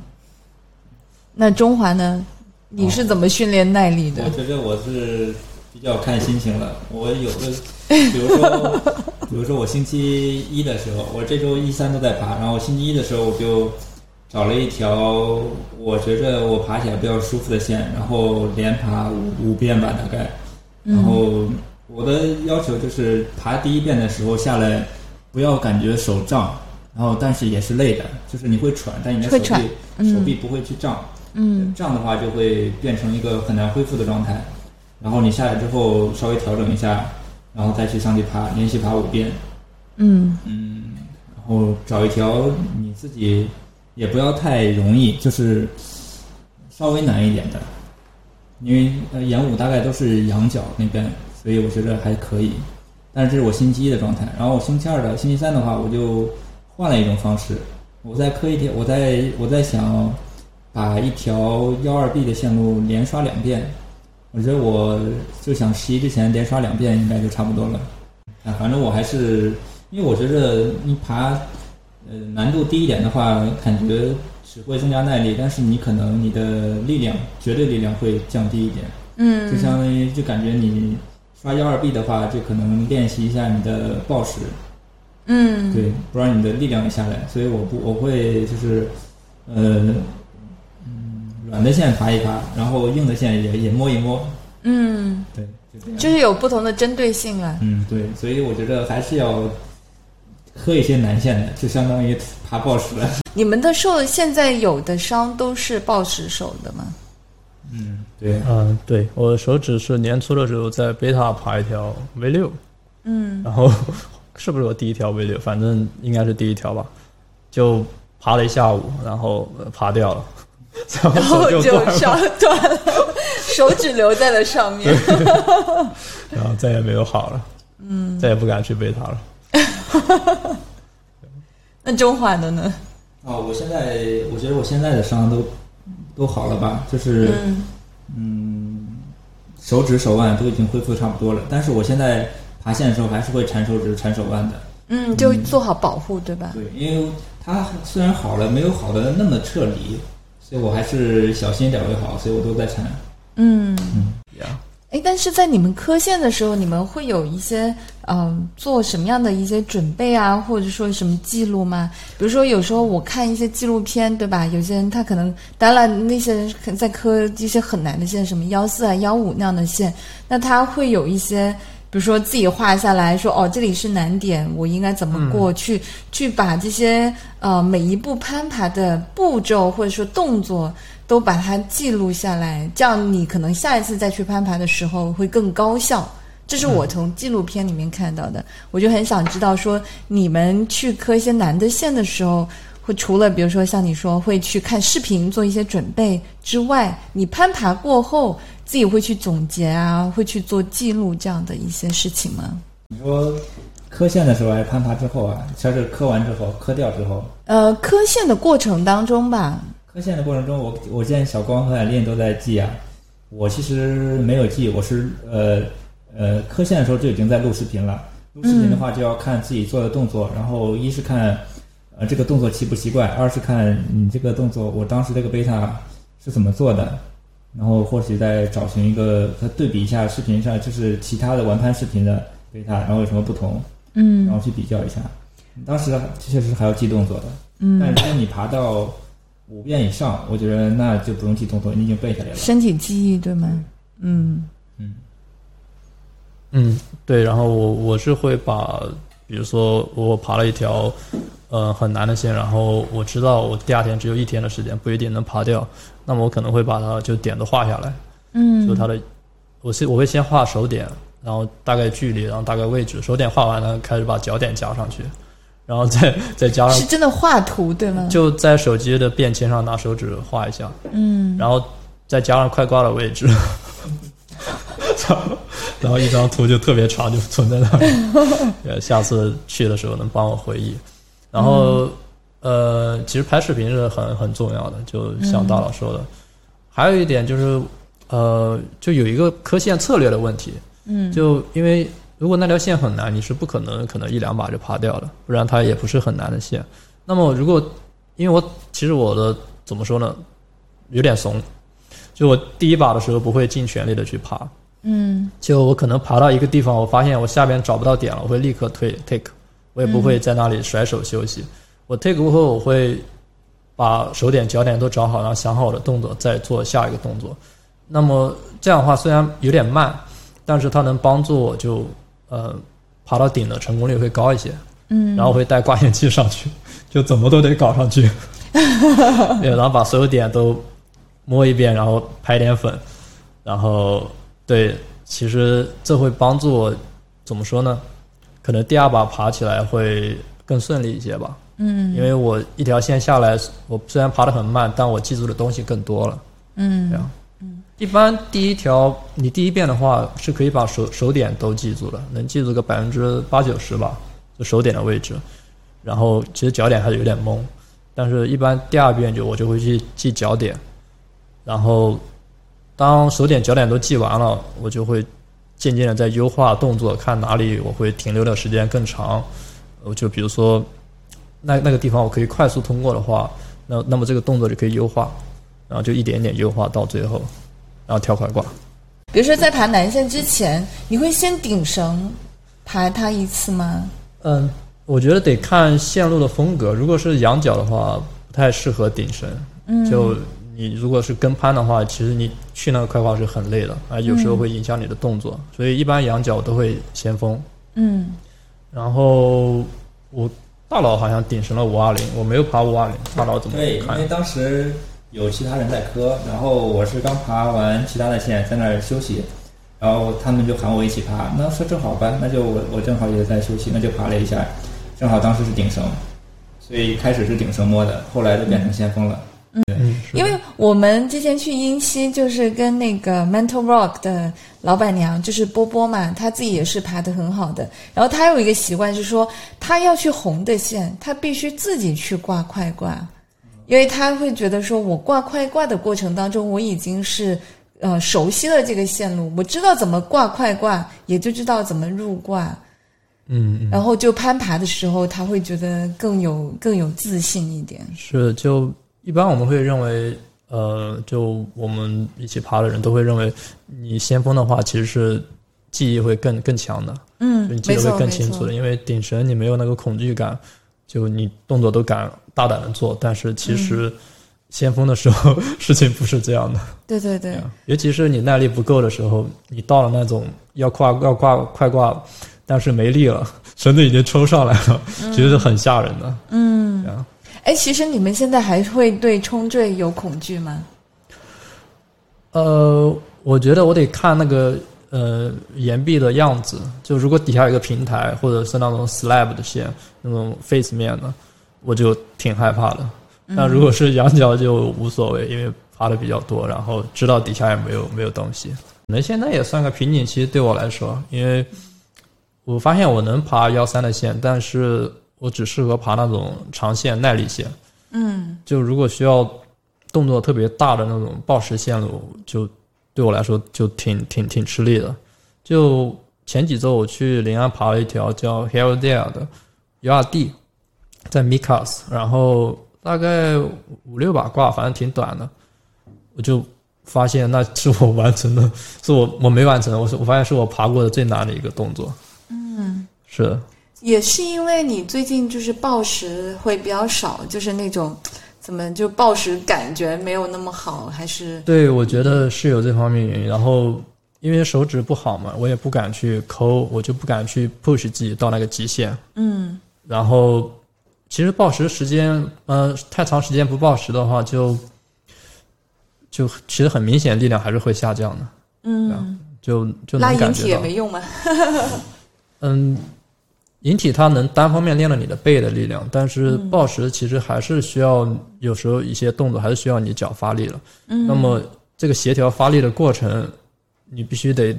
B: 那中华呢？你是怎么训练耐力的
D: 哦
C: 我？觉得我是比较看心情了。我有 的，比如说，比如说我星期一的时候，我这周一三都在爬，然后星期一的时候我就找了一条我觉着我爬起来比较舒服的线，然后连爬五五遍吧，大概。
B: 嗯
C: 然后我的要求就是爬第一遍的时候下来，不要感觉手胀，然后但是也是累的，就是你会喘，但你的手
B: 会
C: 臂
B: 喘
C: 手臂不会去胀。
B: 嗯
C: 这样的话就会变成一个很难恢复的状态。然后你下来之后稍微调整一下，然后再去上去爬，连续爬五遍，
B: 嗯
C: 然后找一条你自己也不要太容易，就是稍微难一点的，因为呃演武大概都是仰角那边，所以我觉得还可以。但是这是我星期一的状态，然后我星期二的、星期三的话，我就换了一种方式，我再磕一条，我在我在想把一条幺二 B 的线路连刷两遍，我觉得我就想十一之前连刷两遍应该就差不多了。啊，反正我还是因为我觉得你爬呃难度低一点的话，感觉只会增加耐力，但是你可能你的力量绝对力量会降低一点，就
B: 嗯
C: 相当于就感觉你刷幺二 B 的话，就可能练习一下你的暴食，
B: 嗯
C: 对，不然你的力量也下来。所以我不我会就是呃嗯软的线爬一爬，然后硬的线也也摸一摸，
B: 嗯，
C: 对，就这样。
B: 就是有不同的针对性了。
C: 嗯，对，所以我觉得还是要喝一些南线的，就相当于爬报石了。
B: 你们的受现在有的伤都是暴食手的吗？
C: 嗯， 对，
D: 嗯，对我手指是年初的时候在贝塔爬一条 V 六，
B: 嗯，
D: 然后是不是我第一条 V 六？反正应该是第一条吧，就爬了一下午，然后呃爬掉了， 然后
B: 然后
D: 手就断了，
B: 烧哦断了，手指留在了上 面。
D: 然后再也没有好了，嗯，再也不敢去贝塔了。
B: 那中华的呢？
C: 哦，我现在我觉得我现在的伤都都好了吧，就是
B: 嗯
C: 嗯，手指手腕都已经恢复差不多了，但是我现在爬线的时候还是会缠手指、缠手腕的。
B: 嗯，就做好保护，对吧？
C: 对，因为它虽然好了，没有好的那么彻底，所以我还是小心一点为好，所以我都在缠。
B: 嗯，
D: 呀
B: 哎，但是在你们科线的时候，你们会有一些嗯、做什么样的一些准备啊，或者说什么记录吗？比如说有时候我看一些纪录片，对吧？有些人他可能当然那些人可能在科一些很难的线，什么幺四啊、幺五那样的线，那他会有一些。比如说自己画下来说，哦，这里是难点，我应该怎么过去？去把这些呃每一步攀爬的步骤或者说动作都把它记录下来，这样你可能下一次再去攀爬的时候会更高效。这是我从纪录片里面看到的，我就很想知道说你们去磕一些难的线的时候。会除了比如说像你说会去看视频做一些准备之外，你攀爬过后自己会去总结啊，会去做记录这样的一些事情吗？
C: 你说磕线的时候还是攀爬之后啊？像是磕完之后，磕掉之后，
B: 呃，磕线的过程当中吧，
C: 磕线的过程中，我我见小光和海丽都在记啊，我其实没有记，我是呃呃磕线的时候就已经在录视频了。录视频的话，就要看自己做的动作，然后一是看呃这个动作奇不奇怪，二是看你这个动作我当时这个贝塔是怎么做的，然后或许再找寻一个再对比一下视频上就是其他的玩攀视频的贝塔，然后有什么不同，
B: 嗯
C: 然后去比较一下。当时确实还要记动作的，但如果你爬到五遍以上，我觉得那就不用记动作，你已经背下来了。
B: 身体记忆对吗？嗯
D: 嗯，对，然后我我是会把，比如说我爬了一条，呃，很难的线，然后我知道我第二天只有一天的时间，不一定能爬掉，那么我可能会把它就点都画下来，就
B: 嗯
D: 它的，我是我会先画手点，然后大概距离，然后大概位置，手点画完了，开始把脚点加上去，然后再再加
B: 是
D: 上，
B: 真的画图对吗？
D: 啊就在手机的便签上拿手指画一下，
B: 嗯，
D: 然后再加上快挂的位置， 然后然后一张图就特别长，就存在那里。 呃，下次去的时候能帮我回忆。
B: 嗯
D: 然后、呃，其实拍视频是很很重要的，就像大佬说
B: 嗯
D: 的。还有一点就是呃，就有一个科线策略的问题。
B: 嗯，
D: 就因为如果那条线很难，你是不可能可能一两把就爬掉了，不然它也不是很难的线。那么如果因为我其实我的怎么说呢，有点怂，就我第一把的时候不会尽全力的去爬，
B: 嗯
D: 就我可能爬到一个地方，我发现我下边找不到点了，我会立刻退 take，我也不会在那里甩手休
B: 嗯
D: 息。我 take 过后，我会把手点、脚点都找好，然后想好我的动作，再做下一个动作。那么这样的话虽然有点慢，但是它能帮助我就呃爬到顶的成功率会高一些。
B: 嗯，
D: 然后会带挂线器上去，就怎么都得搞 上去，对然后把所有点都摸一遍，然后拍点粉，然后对，其实这会帮助我怎么说呢？可能第二把爬起来会更顺利一些吧。嗯，因为我一条线下来，我虽然爬得很慢，但我记住的东西更多了。
B: 嗯
D: 这样。一般第一条，你第一遍的话是可以把手手点都记住了，能记住个百分之八九十吧，就手点的位置。然后其实脚点还是有点懵，但是一般第二遍就我就会去记脚点，然后当手点脚点都记完了，我就会渐渐的在优化动作，看哪里我会停留的时间更长。我就比如说那那个地方我可以快速通过的话，那那么这个动作就可以优化，然后就一点点优化到最后，然后跳快挂。
B: 比如说在爬南线之前，你会先顶绳爬它一次吗？
D: 嗯，我觉得得
B: 嗯
D: 看线路的风格，如果是羊角的话，不太适合顶绳，就你如果是跟攀的话，其实你去那个快跑是很累的啊，有时候会影响你的动作，
B: 嗯
D: 所以一般仰角都会先锋。
A: 嗯
D: 然后我大佬好像顶神了五二零，我没有爬五二零，大佬怎么
C: 对，因
D: 看
C: 为？当时有其他人在磕，然后我是刚爬完其他的线，在那儿休息，然后他们就喊我一起爬，那说正好吧，那就我我正好也在休息，那就爬了一下，正好当时是顶绳，所以开始是顶绳摸的，后来就变成先锋了。
D: 嗯，是的
B: 因为我们之前去英溪，就是跟那个 Mental Rock 的老板娘，就是波波嘛，她自己也是爬得很好的。然后她有一个习惯，就是说她要去红的线，她必须自己去挂快挂，因为她会觉得说，我挂快挂的过程当中，我已经是呃熟悉了这个线路，我知道怎么挂快挂，也就知道怎么入挂。
D: 嗯嗯
B: 然后就攀爬的时候，她会觉得更有更有自信一点。
D: 嗯是就一般我们会认为，呃，就我们一起爬的人都会认为，你先锋的话其实是记忆会更更强的，
B: 嗯，
D: 你记
B: 没
D: 得会
B: 错，
D: 更
B: 没
D: 清楚
B: 错
D: 的，。因为顶神你没有那个恐惧感，就你动作都敢大胆的做，但是其实
B: 嗯
D: 先锋的时候、 事情不是这样的。
B: 对对对。
D: 尤其是你耐力不够的时候，你到了那种要挂要挂快挂，但是没力了， 绳子已经抽上来了，其实是很吓人的。嗯，这样
B: 哎，其实你们现在还会对冲坠有恐惧吗？
D: 呃，我觉得我得看那个呃岩壁的样子，就如果底下有一个平台，或者是那种 slab 的线，那种 face 面的，我就挺害怕的。那如果是仰角就无所谓，因为爬的比较多，然后知道底下也没有没有东西。可能现在也算个瓶颈期对我来说，因为我发现我能爬幺三的线，但是我只适合爬那种长线耐力线。
B: 嗯，
D: 就如果需要动作特别大的那种暴食线路，就对我来说就挺挺挺吃力的。就前几周我去临安爬了一条叫 Hell There 的 URD，在 Mikas，然后大概五六把挂，反正挺短的，我就发现那是我完成的，是我我没完成，我是我发现是我爬过的最难的一个动作。嗯，是的
B: 也是因为你最近就是暴食会比较少，就是那种怎么就暴食感觉没有那么好，还是
D: 对，我觉得是有这方面原因。然后因为手指不好嘛，我也不敢去抠，我就不敢去 push 自己到那个极限。
B: 嗯
D: 然后其实暴食时间，呃，太长时间不暴食的话就，就其实很明显力量还是会下降的，啊
B: 嗯，
D: 就就
B: 拉
D: 能
B: 引
D: 感
B: 体
D: 觉
B: 也
D: 到。
B: 没用嘛。
D: 嗯，引体它能单方面练了你的背的力量，但是
B: 嗯
D: 暴食其实还是需要有时候一些动作还是需要你脚发力了。
B: 嗯
D: 那么这个协调发力的过程，你必须得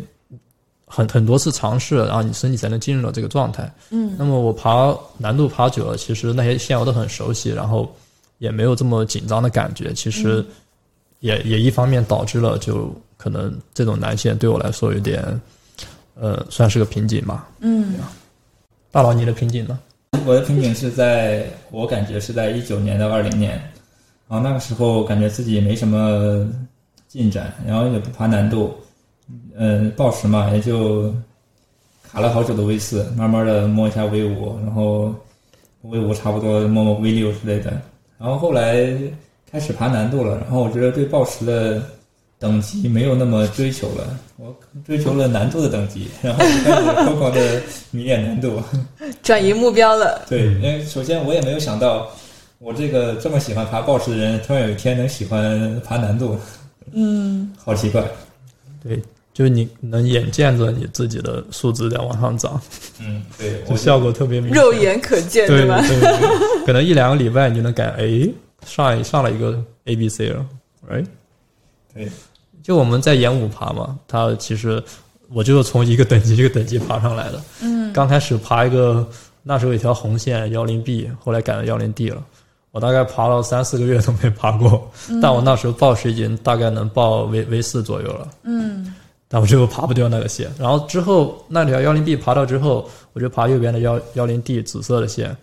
D: 很很多次尝试，然后你身体才能进入到这个状态。
B: 嗯
D: 那么我爬难度爬久了，其实那些线我都很熟悉，然后也没有这么紧张的感觉。其实
B: 嗯
D: 也、也一方面导致了，就可能这种难线对我来说有点，呃，算是个瓶颈吧。
B: 嗯
D: 大佬，你的瓶颈呢？
C: 我的瓶颈是在我感觉是在一九年到二零年，然后那个时候感觉自己没什么进展，然后也不爬难度，嗯，暴食嘛也就卡了好久的 V 四，慢慢的摸一下 V 五，然后 V 五差不多摸摸 V 六之类的，然后后来开始爬难度了，然后我觉得对暴食的等级没有那么追求了，我追求了难度的等级，然后就开始疯狂的迷恋难度。
B: 转移目标了。
C: 对，因为首先我也没有想到，我这个这么喜欢爬暴食的人，突然有一天能喜欢爬难度，嗯， 好奇怪，
D: 对，就是你能眼见着你自己的数值在往上涨，
C: 嗯，对
D: 就
C: 我
D: 效果特别明显。
B: 肉眼可见，
D: 对
B: 吧？
D: 对对，可能一两个礼拜你就能感哎上一上了一个 A B C 了，right？
C: 对，
D: 就我们在演武爬嘛，它其实我就是从一个等级一个等级爬上来的。嗯，刚开始爬一个那时候有一条红线幺零 B，后来改到幺零 D 了。我大概爬了三四个月都没爬过，但我那时候报时已经大概能报 V V 四左右了。
B: 嗯
D: 但我就爬不掉那个线。然后之后那条幺零 B 爬到之后，我就爬右边的幺幺零 D 紫色的线，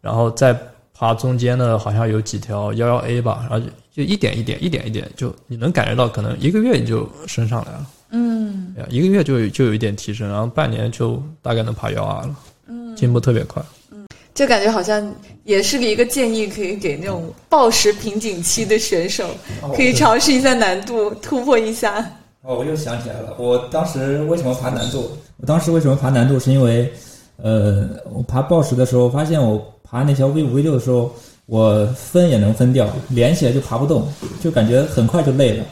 D: 然后再爬中间的，好像有几条幺幺 A 吧，然后就就一点一点一点一点，就你能感觉到，可能一个月你就升上来了，
B: 嗯
D: 对啊一个月就有就有一点提升，然后半年就大概能爬幺二了，进步特别快。
B: 就感觉好像也是一个建议，可以给那种暴食瓶颈期的选手，
D: 哦
B: 可以尝试一下难度，突破一下。
C: 哦，我又想起来了，我当时为什么爬难度？我当时为什么爬难度？是因为，呃，我爬 BOSS 的时候，发现我爬那条 V 五 V 六的时候，我分也能分掉，连起来就爬不动，就感觉很快就累了。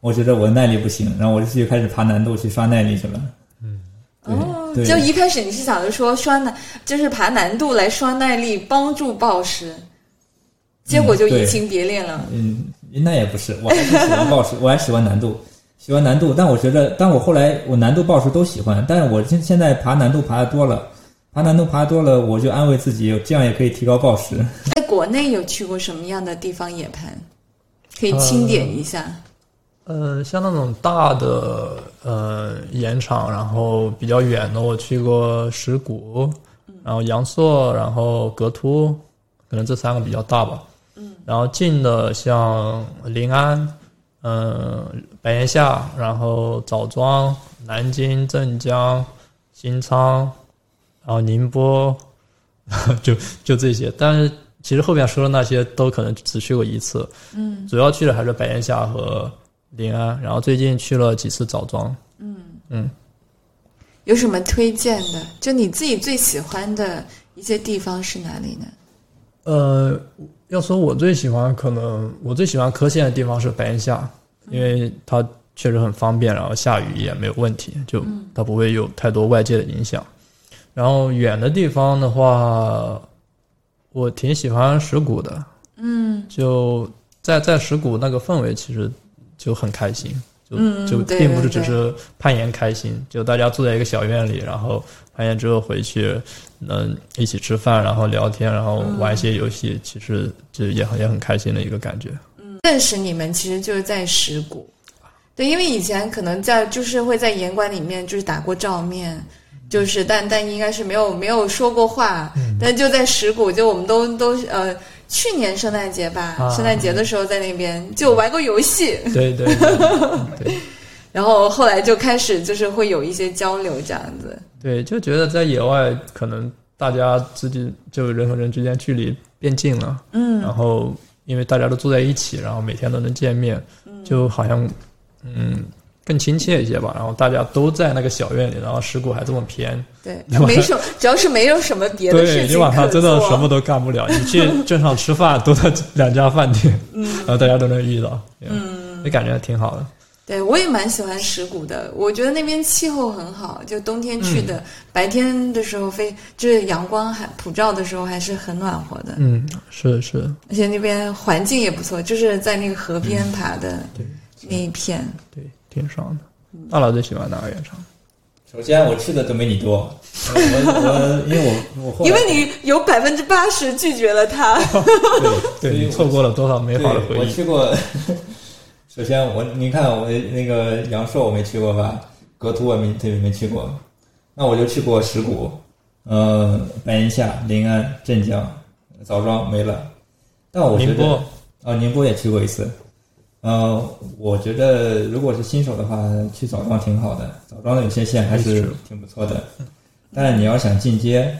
C: 我觉得我耐力不行，然后我就去开始爬难度，去刷耐力去了。嗯，
B: 哦，
C: 对，
B: 就
C: 对
B: 一开始你是想着说刷难，就是爬难度来刷耐力，帮助暴食，结果就
C: 嗯对
B: 移情别恋了。
C: 嗯，那也不是，我还是喜欢 BOSS，我还喜欢难度，喜欢难度。但我觉得，但我后来我难度 BOSS 都喜欢，但是我现现在爬难度爬的多了，爬难度爬得多了，我就安慰自己，这样也可以提高 BOSS。
B: 在国内有去过什么样的地方野攀？可以清点一下。
C: 呃
D: 嗯，像那种大的呃盐场，然后比较远的，我去过石鼓，然后阳朔，然后格凸，可能这三个比较大吧。嗯，然后近的像临安，嗯、白岩下，然后枣庄、南京、镇江、新昌，然后宁波， 就就这些。但是其实后面说的那些都可能只去过一次。主要去的还是白岩峡和临安，然后最近去了几次枣庄。
B: 有什么推荐的？就你自己最喜欢的一些地方是哪里呢？
D: 呃，要说我最喜欢，可能我最喜欢科县的地方是白岩峡，
B: 嗯
D: 因为它确实很方便，然后下雨也没有问
B: 嗯
D: 题，就它不会有太多外界的影响。然后远的地方的话，我挺喜欢石鼓的，嗯，就在在石鼓那个氛围其实就很开心，就、
B: 嗯
D: 就
B: 对
D: 并不是
B: 对
D: 只是攀岩开心，就大家住在一个小院里，然后攀岩之后回去，能一起吃饭，然后聊天，然后玩
B: 嗯
D: 一些游戏，其实就也很也很开心的一个 感觉。
B: 认识你们其实就是在石鼓，对，因为以前可能在就是会在严管里面就是打过照面，就是但但应该是没有没有说过话，
D: 嗯
B: 但就在石鼓，就我们都都呃去年圣诞节吧，
D: 啊
B: 圣诞节的时候在那边就玩过游戏，
D: 对对对对
B: 然后后来就开始就是会有一些交流这样子，
D: 对，就觉得在野外可能大家之间就人和人之间距离变近了，嗯，然后因为大家都住在一起，然后每天都能见面，就好像嗯更亲切一些吧。然后大家都在那个小院里，然后石鼓还这么偏，
B: 对，没什么，只要是没有什么别的
D: 对
B: 事情可做，
D: 你晚上真的什么都干不了，你去镇上吃饭都在两家饭店，
B: 嗯
D: 然后大家都能遇到，嗯，就感觉挺好的。
B: 对，我也蛮喜欢石鼓的。我觉得那边气候很好，就冬天去
C: 嗯
B: 的，白天的时候非就是阳光还普照的时候，还是很暖和的。
D: 嗯，是是，
B: 而且那边环境也不错，就是在那个河
C: 嗯
B: 边爬的那一片。
D: 对，挺爽的。
B: 嗯
D: 大佬最喜欢哪个原唱？
C: 首先我去的都没你多，我我我因为我我后来哦
B: 因为你有百分之八十拒绝了他，
C: 对
D: 对你
C: 我
D: 错过了多少美
C: 对
D: 好的回
C: 我
D: 忆？
C: 去过。 首先我你看我那个阳朔我没去过吧，格图我没对没去过，那我就去过石鼓，呃，白银下、临安、镇江、枣庄没了，但我觉
D: 宁
C: 得
D: 波，
C: 啊，宁波也去过一次。呃，我觉得如果是新手的话，去枣庄挺好的，枣庄的有些线还是挺不错的。但是你要想进阶，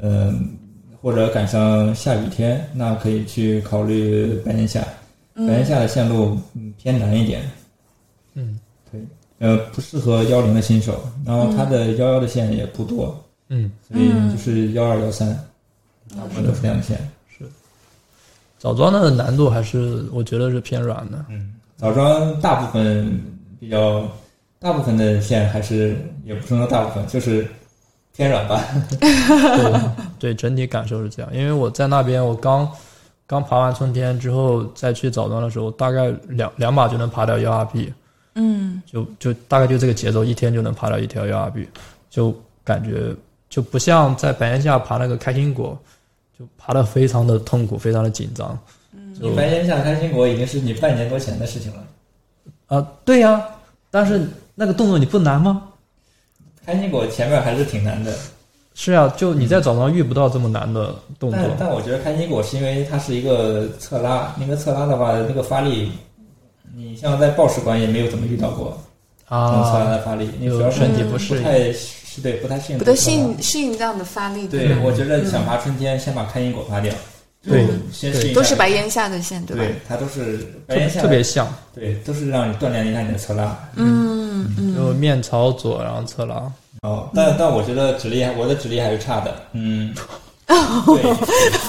C: 嗯、或者赶上下雨天，那可以去考虑白岩下。白岩下的线路嗯偏难一点，
D: 嗯
C: 对，呃，不适合幺零的新手。然后它的幺幺的线也不多，
D: 嗯，
C: 所以就是幺二幺三，大部分都是这样的线。
D: 枣庄的难度还是我觉得是偏软的。
C: 枣庄大部分比较，大部分的线还是也不是说大部分，就是偏软吧。
D: 对 对，整体感受是这样。因为我在那边，我刚刚爬完春天之后，再去枣庄的时候，大概两两把就能爬掉幺二 B，
A: 嗯，
D: 就就大概就这个节奏，一天就能爬掉一条幺二 B，就感觉就不像在白岩下爬那个开心果，就爬的非常的痛苦，非常的紧张。就
C: 你白天下开心果已经是你半年多前的事情了。
D: 啊，对呀、但是那个动作你不难吗？
C: 开心果前面还是挺难的，
D: 是啊，就你在早上遇不到这么难的动作。
C: 但但我觉得开心果是因为它是一个侧拉，那个侧拉的话，那个发力，你像在报时馆也没有怎么遇到过那种侧拉
D: 啊，
C: 的发力，你主
D: 有
C: 要是
D: 身体不适
C: 不
D: 应，
C: 太适是对不太适应，
B: 不太适应适应这样的发力，
C: 对，
B: 吧？
C: 我觉得想爬春天，先把开心果爬掉，
D: 嗯对，
C: 先适应一下
B: 都是白岩下的线，对吧？
C: 对，它都是白
D: 特
C: 岩下
D: 特别像，
C: 对，都是让你锻炼一下你的侧拉。
B: 嗯嗯，
D: 就面朝左，然后侧拉。
C: 哦，但但我觉得指力还我的指力还是差的，嗯，对，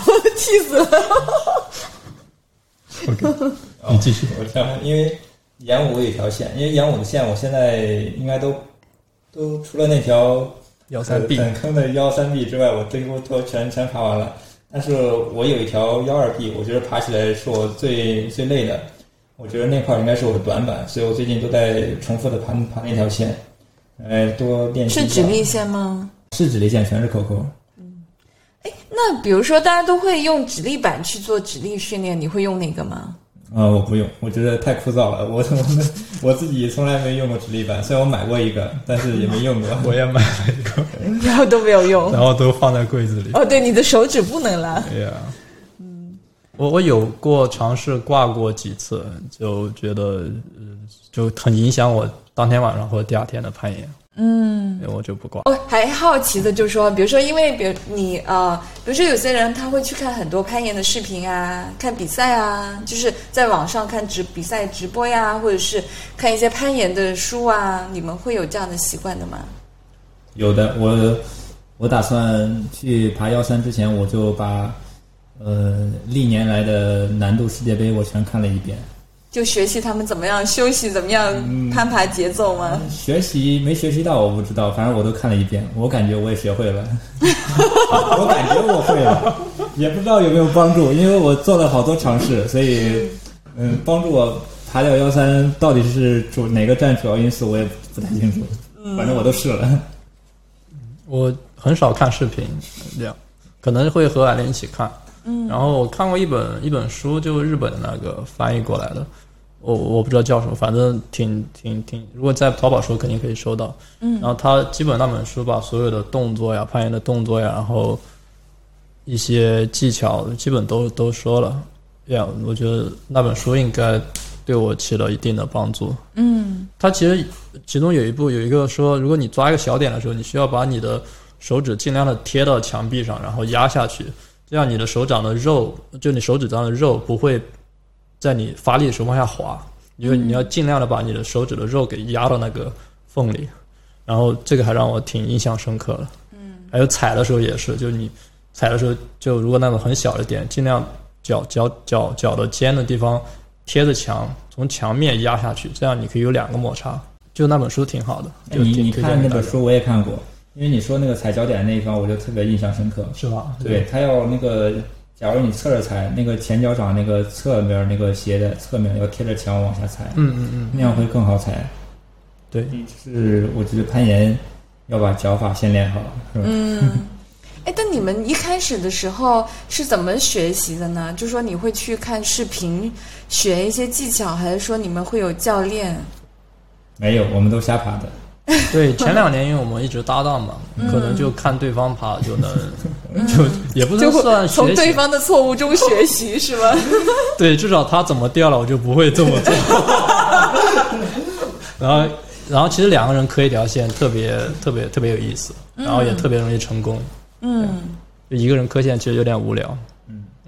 B: 气死了！
D: 你继续。
C: 哦我这样，因为演武有一条线，因为演武的线我现在应该都都除了那条
D: 幺
C: 很
D: 三 B，
C: 很坑的幺三 B 之外，我几乎都全全爬完了。但是我有一条幺二 B，我觉得爬起来是我最最累的，我觉得那块儿应该是我的短板，所以我最近都在重复的爬爬那条线，呃，多练习
B: 是
C: 一
B: 直
C: 下。
B: 立线吗？
C: 是指力线，全是扣扣。
B: 那比如说，大家都会用指力板去做指力训练，你会用哪个 吗？
C: 呃，我不用，我觉得太枯燥了。我 我我自己从来没用过直立板，虽然我买过一个，但是也没用过。
D: 我也买了一个，
B: 然后都没有用。
D: 然后都放在柜子里。
B: 哦，对，你的手指不能拉。
D: 对呀，我我有过尝试挂过几次，就觉得呃就很影响我当天晚上或者第二天的攀岩。嗯，我就不挂。
B: 我哦还好奇的就是说，比如说，因为比如你呃，比如说有些人他会去看很多攀岩的视频啊，看比赛啊，就是在网上看直比赛直播呀，或者是看一些攀岩的书啊，你们会有这样的习惯的吗？
C: 有的，我我打算去爬幺三之前，我就把呃历年来的难度世界杯我全看了一遍。
B: 就学习他们怎么样休息，怎么样攀爬节奏吗？
C: 学习没学习到我不知道，反正我都看了一遍，我感觉我也学会了， 我感觉我会了，也不知道有没有帮助，因为我做了好多尝试，所以嗯，帮助我爬掉幺三到底是主哪个占主要因素，我也不太清楚，反正我都试了。
D: 我很少看视频，这样可能会和艾琳一起看。嗯，然后我看过一本一本书，就日本的那个翻译过来的，我我不知道叫什么，反正挺挺挺，如果在淘宝搜肯定可以搜到。嗯，然后它基本那本书把所有的动作呀、攀岩的动作呀，然后一些技巧基本都都说了。这样，我觉得那本书应该对我起了一定的帮助。
A: 嗯
D: 它其实其中有一步有一个说，如果你抓一个小点的时候，你需要把你的手指尽量的贴到墙壁上，然后压下去，这样你的手掌的肉，就你手指上的肉不会在你发力的情况下滑，因为你要尽量的把你的手指的肉给压到那个缝里。然后这个还让我挺印象深刻的。嗯，还有踩的时候也是，就是你踩的时候，就如果那种很小的点，尽量脚脚脚脚的尖的地方贴着墙，从墙面压下去，这样你可以有两个摩擦。就那本书挺好的，就
C: 哎你
D: 挺
C: 你
D: 推荐
C: 看
D: 给
C: 那
D: 大
C: 本
D: 家
C: 书我也看过，因为你说那个踩脚点那一方，我就特别印象深刻。
D: 是吧？
C: 对，他要那个，假如你侧着踩，那个前脚掌那个侧面那个鞋的侧面要贴着墙往下踩，
D: 嗯嗯嗯，
C: 那样会更好踩。
D: 对，
C: 就是我觉得攀岩要把脚法先练好，是吧？
B: 嗯哎，但你们一开始的时候是怎么学习的呢？就说你会去看视频学一些技巧，还是说你们会有教练？
C: 没有，我们都瞎爬的。
D: 对，前两年因为我们一直搭档嘛，
B: 嗯
D: 可能就看对方爬就能，就也 不
B: 就
D: 能
B: 会
D: 算
B: 从
D: 学
B: 对
D: 习，
B: 方的错误中学习，是吗？
D: 对，至少他怎么掉了，我就不会这么 做。然后，然后其实两个人磕一条线，特别特别特别有意思，然后也特别容易成功。
B: 嗯，
D: 就一个人磕线其实有点无聊，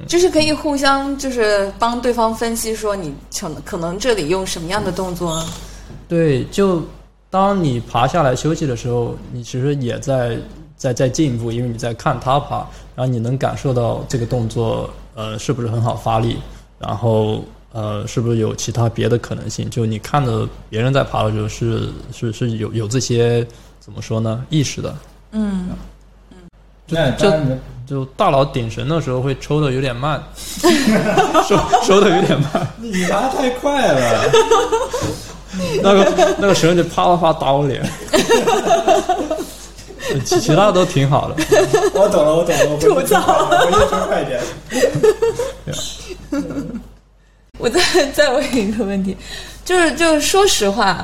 B: 就是可以互相就是帮对方分析说你可能可能这里用什么样的动作。啊
D: 对，就当你爬下来休息的时候，你其实也在在在进步，因为你在看他爬，然后你能感受到这个动作呃是不是很好发力，然后呃是不是有其他别的可能性？就你看着别人在爬的时候是是是有有这些怎么说呢意识的。
B: 嗯，
C: 那
D: 这
C: 当然你，
D: 就大佬顶神的时候会抽的有点慢， 收收的有点慢，
C: 你爬得太快了。
D: 那个那个绳就啪啪啪打我 脸，其其他都挺好的。
C: 我懂了，我懂了，我
B: 吐槽
C: 我就说快点。
B: 我再再问一个问题，就是就是说实话，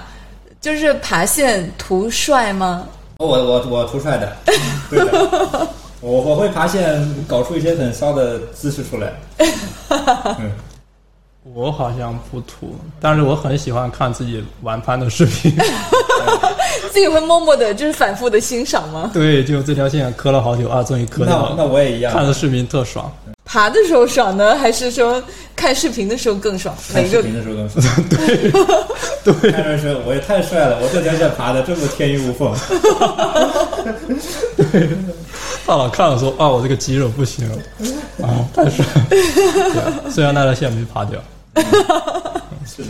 B: 就是爬线图帅吗？
C: 哦我我我图帅的，对的。我我会爬线，搞出一些很骚的姿势出来。嗯。
D: 我 好像不吐，但是我很喜欢看自己玩攀的视频，
B: 自己会默默的，就是反复的欣赏吗？
D: 对，就这条线磕了好久啊，终于磕掉
C: 那
D: 了。
C: 那我也一样，
D: 看着视频特爽，
B: 爬的时候爽呢，还是说看视频的时候更爽？哪
C: 看视
B: 个
C: 频的时候跟我说， 对对，看着说我也太帅了，我这条线爬的这么天衣无缝，
D: 大佬看了说啊，我这个肌肉不行了，
C: 嗯
D: 啊，太 帅了。对啊虽然那条线没爬掉，
C: 是的，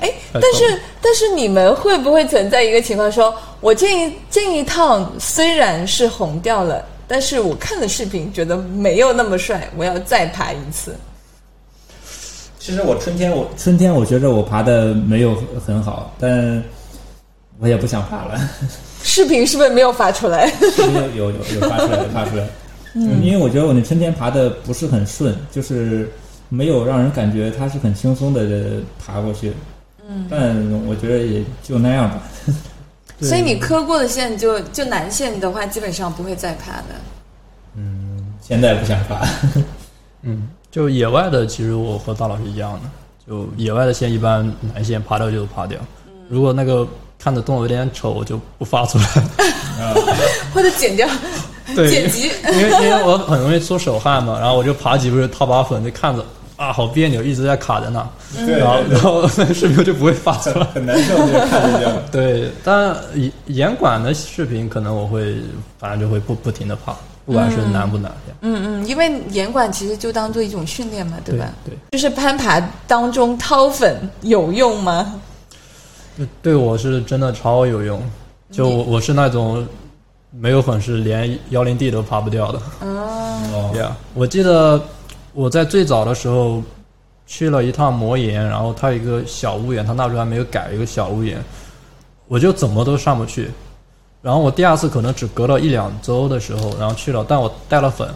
B: 哎，但是但是你们会不会存在一个情况说，我这一这一趟虽然是红掉了，但是我看了视频觉得没有那么帅，我要再爬一次。
C: 其实我春天我春天我觉着我爬的没有很好，但我也不想爬了。
B: 视频是不是没有发出来？
C: 有有有有发出来，有发出来。嗯，因为我觉得我那春天爬的不是很顺，就是没有让人感觉它是很轻松的爬过去。嗯，但我觉得也就那样吧。
D: 对
B: 所以你磕过的线就就南线的话，基本上不会再爬的。
C: 现在不想爬，
D: 嗯，就野外的，其实我和大佬是一样的，就野外的线一般南线爬掉就是爬掉，
C: 嗯
D: 如果那个看着动作有点丑，我就不发出来。
B: 或者剪掉，
D: 对，
B: 剪辑
D: 因为因为我很容易出手汗嘛，然后我就爬几步就掏把粉，就看着啊，好别扭，一直在卡在那，
B: 嗯
C: 对
D: 然后然后那视频就不会发出来。
C: 很难受，就看着这样。
D: 对，但严严管的视频可能我会，反正就会不不停的爬，不管是难不难。
B: 嗯嗯，因为严管其实就当做一种训练嘛，对
D: 对
B: 吧？
D: 对，
B: 就是攀爬当中掏粉有用吗？
D: 对对我是真的超有用，就我我是那种没有粉是连幺零 D 都爬不掉的。
C: 哦，
D: Yeah，我记得我在最早的时候去了一趟魔岩，然后它有一个小屋檐，它那时候还没有改一个小屋檐，我就怎么都上不去。然后我第二次可能只隔了一两周的时候，然后去了，但我带了粉，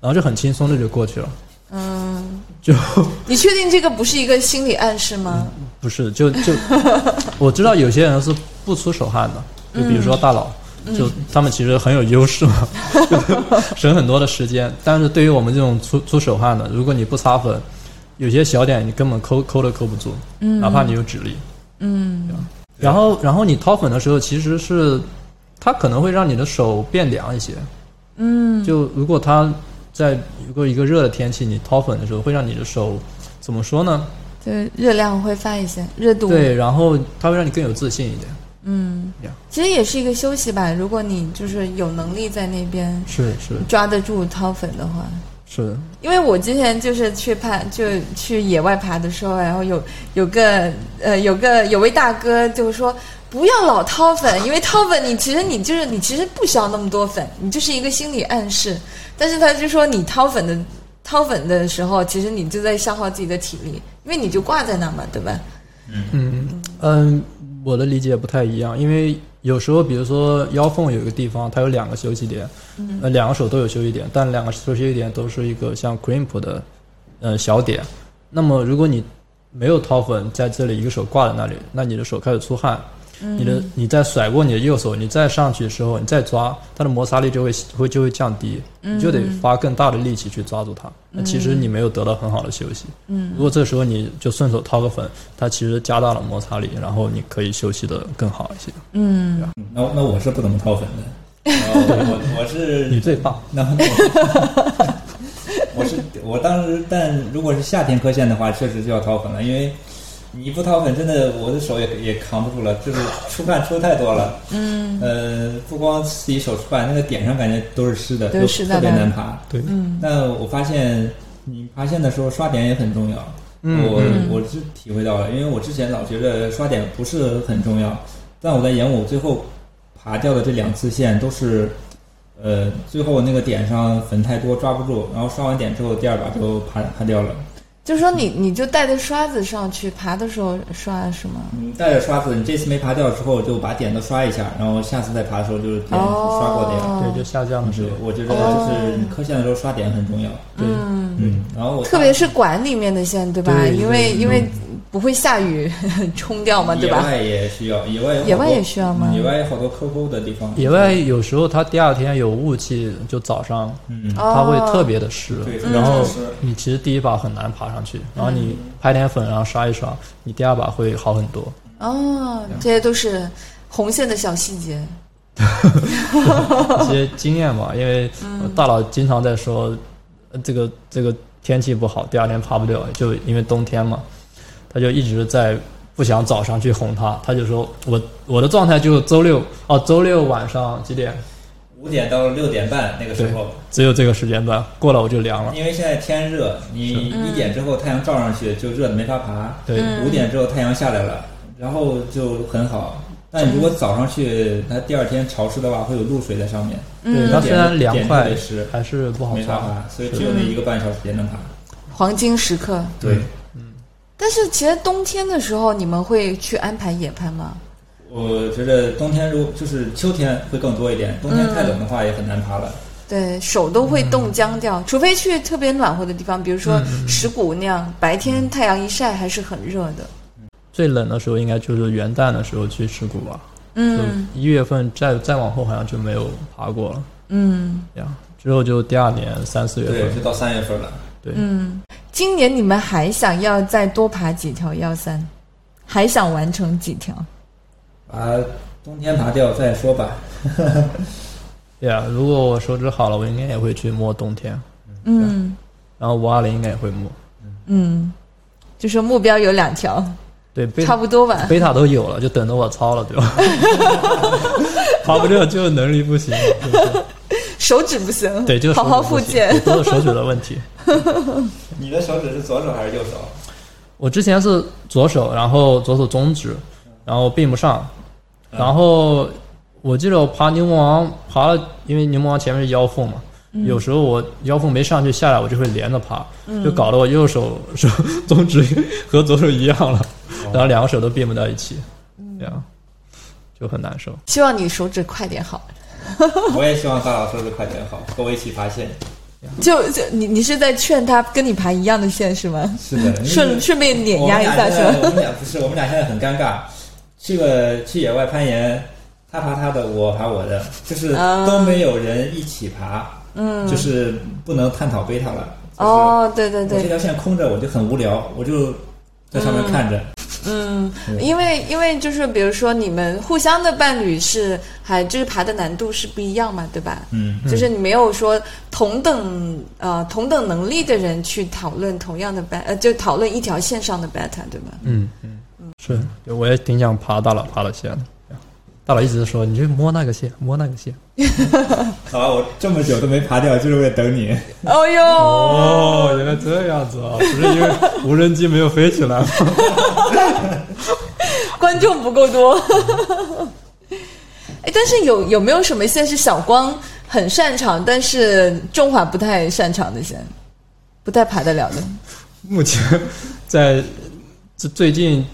D: 然后就很轻松的就过去了。
B: 嗯，
D: 就
B: 你确定这个不是一个心理暗示吗？
D: 不是就就 我知道有些人是不出手汗的，就比如说大佬。就他们其实很有优势 嘛，省很多的时间。但是对于我们这种出出手汗的，如果你不擦粉，有些小点你根本抠抠都抠不住，哪怕你有指力。嗯。然后，然后你掏粉的时候，其实是它可能会让你的手变凉一些。嗯。就如果它在如果一个热的天气，你掏粉的时候，会让你的手怎么说呢？
B: 对，热量挥发一些，热度。
D: 对，然后它会让你更有自信一点。
B: 其实也是一个休息吧。如果你就是有能力在那边
D: 是是
B: 抓得住掏粉的话，
D: 是，
B: 因为我之前就是去爬，就去野外爬的时候，啊然后有有个呃有个有位大哥就说不要老掏粉，因为掏粉你其实你就是你其实不需要那么多粉，你就是一个心理暗示。但是他就说你掏粉的掏粉的时候，其实你就在消耗自己的体力，因为你就挂在那嘛，对吧？
D: 嗯嗯，我的理解不太一样，因为有时候比如说腰缝有一个地方，它有两个休息点，呃，两个手都有休息点，但两个休息点都是一个像 crimp 的呃小点。那么如果你没有掏粉，在这里一个手挂在那里，那你的手开始出汗。你的你在甩过你的右手，你再上去的时候，你再抓它的摩擦力就会会就会降低，你就得发更大的力气去抓住它。那其实你没有得到很好的休息。嗯，如果这时候你就顺手掏个粉，它其实加大了摩擦力，然后你可以休息的更好一些。
C: 那那我是不怎么掏粉的。我嗯哦我我是
D: 你最棒，
C: 那我 我是我当时，但如果是夏天磕线的话，确实就要掏粉了，因为你不掏粉，真的我的手也也扛不住了，就是出汗出太多了。嗯，呃，不光自己手出汗，那个点上感觉都是湿的，
B: 都
C: 就是
B: 湿的
C: 特别
B: 对
C: 难爬。
D: 对，
C: 那我发现你爬线的时候刷点也很重要。
D: 嗯
C: 我我是体会到了，因为我之前老觉得刷点不是很重要，但我在演武最后爬掉的这两次线都是，呃，最后那个点上粉太多抓不住，然后刷完点之后第二把就爬爬掉了。
B: 就是说你你就带着刷子上去爬的时候刷是吗？
C: 你带着嗯刷子，你这次没爬掉之后就把点都刷一下，然后下次再爬的时候就是点刷过点。
B: 哦
D: 对，就下降的时
C: 对
D: 候，，
C: 我觉得就是你磕线的时候刷点很重要。
D: 对，
C: 嗯，然后我
B: 特别是管里面的线，对吧？
D: 对嗯
B: 因为因为不会下雨 冲掉嘛，对
C: 野
B: 吧？
C: 外也需要，野外有好多
B: 野外也需要吗
C: 嗯野外有好多抠抠的地方，
D: 野外有时候它第二天有雾气，就早上
C: 嗯，
B: 哦
D: 它会特别的湿，
C: 对，
B: 嗯
C: 然后
D: 你其实第一把很难爬上去，然后你拍点粉，然后刷一刷，你第二把会好很多。
B: 哦，这些都是红线的小细节。
D: 一些经验吧，因为
B: 嗯
D: 我大佬经常在说，呃这个这个天气不好，第二天爬不了，就因为冬天嘛，他就一直在不想早上去哄他，他就说我我的状态就是周六哦，周六晚上几点？
C: 五点到六点半那个时
D: 对
C: 候，，
D: 只有这个时间段，过了我就凉了。
C: 因为现在天热，你
B: 嗯
C: 一点之后太阳照上去就热的没法爬，
D: 对，
C: 五点之后太阳下来了，然后就很好。但如果早上去，它第二天潮湿的话，会有露水在上面，
B: 嗯
D: 对，它虽然凉
C: 点特
D: 快
C: 别湿，
D: 还是不好
C: 没法
D: 爬。
C: 爬，所以只有那一个半小时也能爬。
B: 黄金时刻。
C: 对，
D: 嗯
B: 但是其实冬天的时候，你们会去安排野攀吗？
C: 我觉得冬天如就是秋天会更多一点，冬天太冷的话也很难爬了。
B: 对手都会冻僵掉，
D: 嗯
B: 除非去特别暖和的地方，比如说石鼓那样，白天太阳一晒还是很热的。
D: 最冷的时候应该就是元旦的时候去石鼓吧，
B: 嗯，
D: 一月份再再往后好像就没有爬过了，
B: 嗯
D: 这样之后就第二年三四月份
C: 对，就到三月份了。
B: 嗯，今年你们还想要再多爬几条幺三，还想完成几条？
C: 把冬天爬掉再说吧。
D: 对啊，如果我手指好了，我应该也会去摸冬天，
B: 嗯
D: 然后五二零应该也会摸。
B: 嗯，就说目标有两条，
D: 对，贝
B: 差不多吧。
D: 贝塔都有了，就 等着我 抄了，对吧？爬不掉就是能力不行了，对不对
B: 手指不行，
D: 对，就是手
B: 好
D: 指
B: 好
D: 不
B: 复
D: 行
B: 健。
D: 对都是手指的问题。
C: 你的手指是左手还 是右手？
D: 我之前是左手，然后左手中指，然后并不上，然后我记得我爬柠檬王爬了，因为柠檬王前面是腰缝嘛，有时候我腰缝没上去，下来我就会连着爬，就搞得我右手手中指和左手一样了，然后两个手都并不到一起，这样就很难受。
B: 希望你手指快点好。
C: 我也希望大佬手指快点好，和我一起爬线。
B: 就就你你是在劝他跟你爬一样的线是吗？
C: 是的，
B: 顺顺便碾
C: 我们
B: 压一
C: 俩
B: 下
C: 现
B: 是吧？
C: 在嗯我们俩不是，我们俩现在很尴尬。去个去野外攀岩，他爬他的，我爬我的，就是
B: 啊
C: 都没有人一起爬，嗯，就是不能探讨贝塔了。就是
B: 哦，对对
C: 我这
B: 对，
C: 条线空着，我就很无聊，我就在上面看着。
B: 嗯，因为因为就是比如说你们互相的伴侣是还就是爬的难度是不一样嘛，对吧？
C: 嗯，
B: 就是你没有说同等呃同等能力的人去讨论同样的 beta 呃就讨论一条线上的 beta 对吧？
D: 嗯嗯，是，就我也挺想爬大佬爬的线的。这样大佬一直说你去摸那个线，摸那个线。
C: 好啊，我这么久都没爬掉，就是为了等你。
B: 哦哟，
D: 哦，原来这样子啊！不是因为无人机没有飞起来吗？
B: 观众不够多。 哎，但是有有没有什么线是小光很擅长，但是中华不太擅长的线，不太爬得了的？
D: 目前在这最近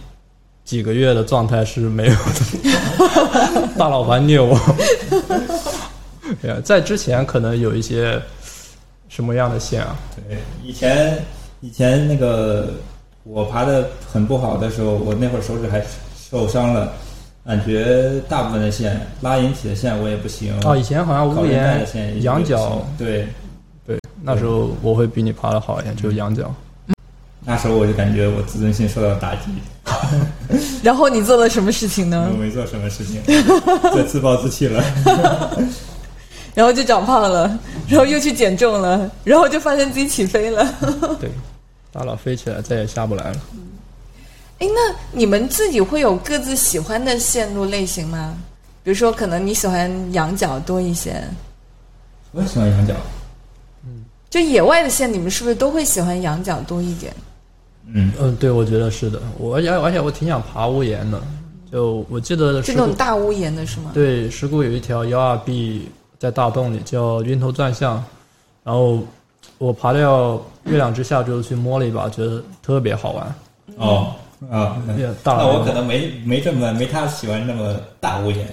D: 几个月的状态是没有的， 大佬玩虐我。哎呀，在之前可能有一些什么样的线啊？
C: 对，以前以前那个我爬的很不好的时候，我那会儿手指还受伤了，感觉大部分的线拉引体的线我也不行。
D: 哦，以前好像
C: 考
D: 屋
C: 虑带的线也
D: 檐、
C: 不
D: 羊角
C: 行，对，
D: 对，那时候我会比你爬的好一点，就是羊角。
C: 那时候我就感觉我自尊心受到打击，
B: 然后你做了什么事情呢
D: 嗯
C: 我？没做什么事情，就自暴自弃了。
B: 然后就长胖了，然后又去减重了，然后就发现自己起飞了。
D: 对，大佬飞起来再也下不来了。
B: 哎，那你们自己会有各自喜欢的线路类型吗？比如说，可能你喜欢羊角多一些，
C: 我也喜欢羊角，
B: 就野外的线，你们是不是都会喜欢羊角多一点？
C: 嗯，
D: 嗯，对，我觉得是的。我而且而且我挺想爬屋檐的，就我记得
B: 就
D: 石
B: 那
D: 鼓
B: 种大屋檐的是吗？
D: 对石鼓有一条幺二 B 在大洞里叫晕头转向，然后我爬掉月亮之下之后去摸了一把，觉得特别好玩。
C: 哦啊，
D: 哎呀大
C: 那
D: 佬
C: 我可能没没这么没他喜欢那么大屋檐，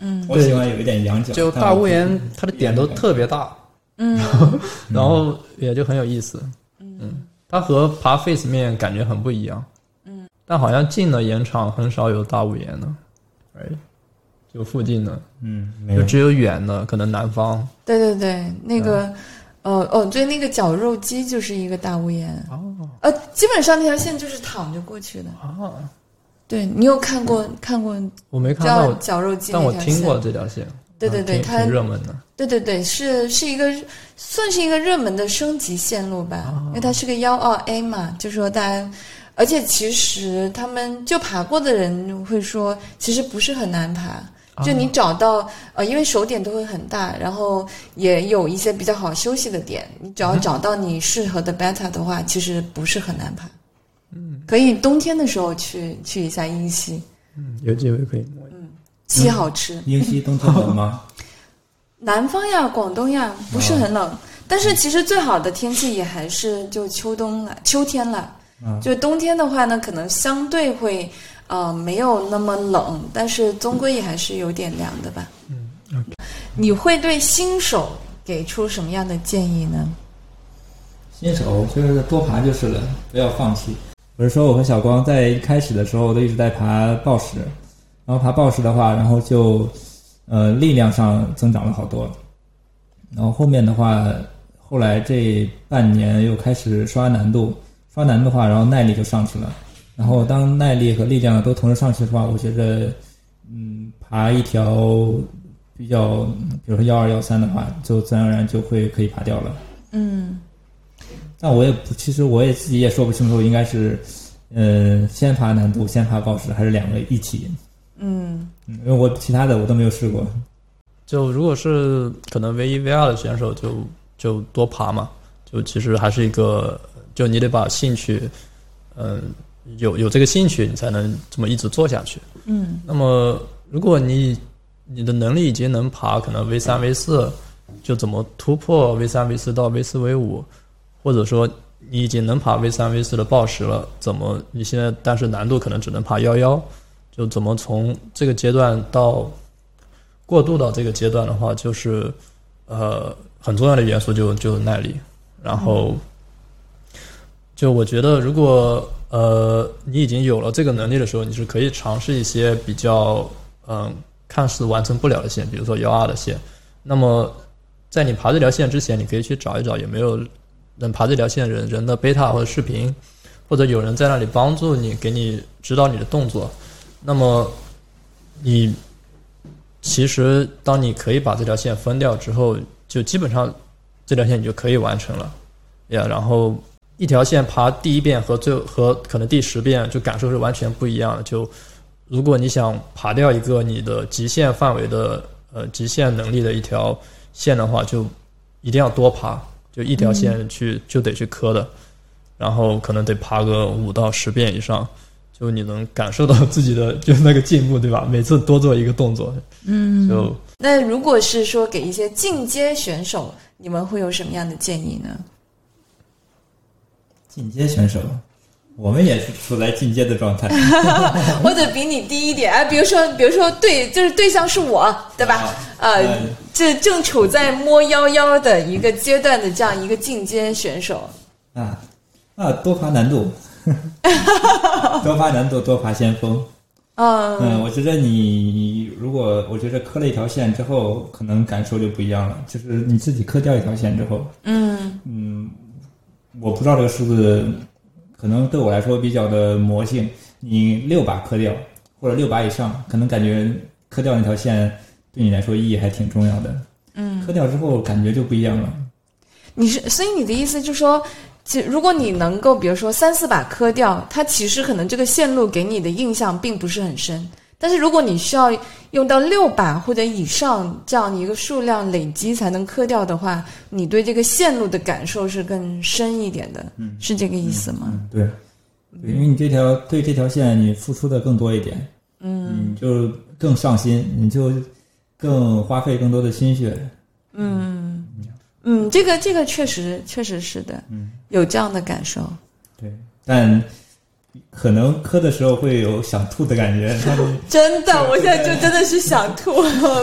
C: 嗯，我
D: 对
C: 喜欢有一点羊角，
D: 就
C: 但我
D: 大屋
C: 不
D: 檐，它的点都特别大，嗯， 然后也就很有意思，嗯，它和爬 face 面感觉很不一样，嗯，但好像近的岩场很少有大屋檐的，哎，就附近的，
C: 嗯，没
D: 就
C: 有
D: 只有远的，可能南方
B: 对对对，那
D: 嗯
B: 个，呃哦，对，那个绞肉机就是一个大屋檐，
D: 哦
B: 呃，基本上那条线就是躺着过去的，
D: 啊，
B: 对你有看过看过
D: 我没嗯看到
B: 叫
D: 我，
B: 绞肉机那
D: 但我
B: 条
D: 听
B: 线
D: 过这条线，
B: 对
D: 嗯
B: 对对
D: 挺
B: 它
D: 挺热门的。
B: 对对对，是是一个算是一个热门的升级线路吧，因为它是个幺二 A 嘛，就说大家，而且其实他们就爬过的人会说，其实不是很难爬。就你找到呃，因为手点都会很大，然后也有一些比较好休息的点。你只要找到你适合的 beta 的话，其实不是很难爬。嗯，可以冬天的时候去去一下英溪，
D: 嗯有机会可以摸一下。
B: 鸡好吃。
C: 英西冬天冷吗？
B: 南方呀，广东呀，不是很冷，但是其实最好的天气也还是就秋冬了，秋天了。就冬天的话呢，可能相对会呃没有那么冷，但是终归也还是有点凉的吧。嗯你会对新手给出什么样的建议呢？
C: 新手就是多爬就是了，不要放弃。我是说，我和小光在一开始的时候都一直在爬暴石，然后爬暴石的话，然后就呃力量上增长了好多，然后后面的话，后来这半年又开始刷难度，刷难度的话，然后耐力就上去了，然后当耐力和力量都同时上去的话，我觉得嗯爬一条比较，比如说幺二幺三的话，就自然而然就会可以爬掉了。
B: 嗯
C: 但我也不，其实我也自己也说不清楚，应该是，呃，先爬难度，先爬暴食，还是两个一起？
B: 嗯，
C: 嗯因为我其他的我都没有试过。
D: 就如果是可能 V 一 V 二的选手就，就多爬嘛。就其实还是一个，就你得把兴趣，嗯、有有这个兴趣，你才能这么一直做下去。嗯。那么，如果你你的能力已经能爬，可能 V 三 V 四，就怎么突破 V 三 V 四到 V 四 V 五，或者说你已经能爬 V 三 V 四的暴食了，怎么你现在但是难度可能只能爬幺幺，就怎么从这个阶段到过渡到这个阶段的话，就是呃很重要的元素就就耐力，然后就我觉得如果呃你已经有了这个能力的时候，你是可以尝试一些比较嗯、看似完成不了的线，比如说幺二的线，那么在你爬这条线之前，你可以去找一找有没有能爬这条线的人人的贝塔或者视频，或者有人在那里帮助你，给你指导你的动作，那么你其实当你可以把这条线分掉之后，就基本上这条线你就可以完成了，呀、然后一条线爬第一遍和最和可能第十遍就感受是完全不一样的。就如果你想爬掉一个你的极限范围的呃极限能力的一条线的话，就一定要多爬，就一条线去、就得去磕的，然后可能得爬个五到十遍以上。就你能感受到自己的就是那个进步，对吧？每次多做一个动作，嗯，就
B: 那如果是说给一些进阶选手，你们会有什么样的建议呢？
C: 进阶选手，我们也是处在进阶的状态，
B: 或者比你低一点啊，比如说，比如说对，就是对象是我，对吧
C: 啊？
B: 呃
C: 嗯，
B: 这正处在摸幺幺的一个阶段的这样一个进阶选手，
C: 啊啊，多爬难 度，多爬难度，多爬先锋。
B: 嗯，
C: 嗯，我觉得你如果我觉得磕了一条线之后，可能感受就不一样了。就是你自己磕掉一条线之后，嗯我不知道这个数字，可能对我来说比较的魔性。你六把磕掉，或者六把以上，可能感觉磕掉那条线对你来说意义还挺重要的。嗯，磕掉之后感觉就不一样了。
B: 你是，所以你的意思就是说，其如果你能够，比如说三四把磕掉，它其实可能这个线路给你的印象并不是很深。但是如果你需要用到六把或者以上这样一个数量累积才能磕掉的话，你对这个线路的感受是更深一点的，嗯、是这个意思吗？
C: 嗯，对，对，因为你这条对这条线你付出的更多一点，嗯，你就更上心，你就更花费更多的心血，
B: 嗯，这个这个确实确实是的，
C: 嗯
B: 有这样的感受。
C: 对，但可能磕的时候会有想吐的感觉，但是
B: 真的，我现在就真的是想吐。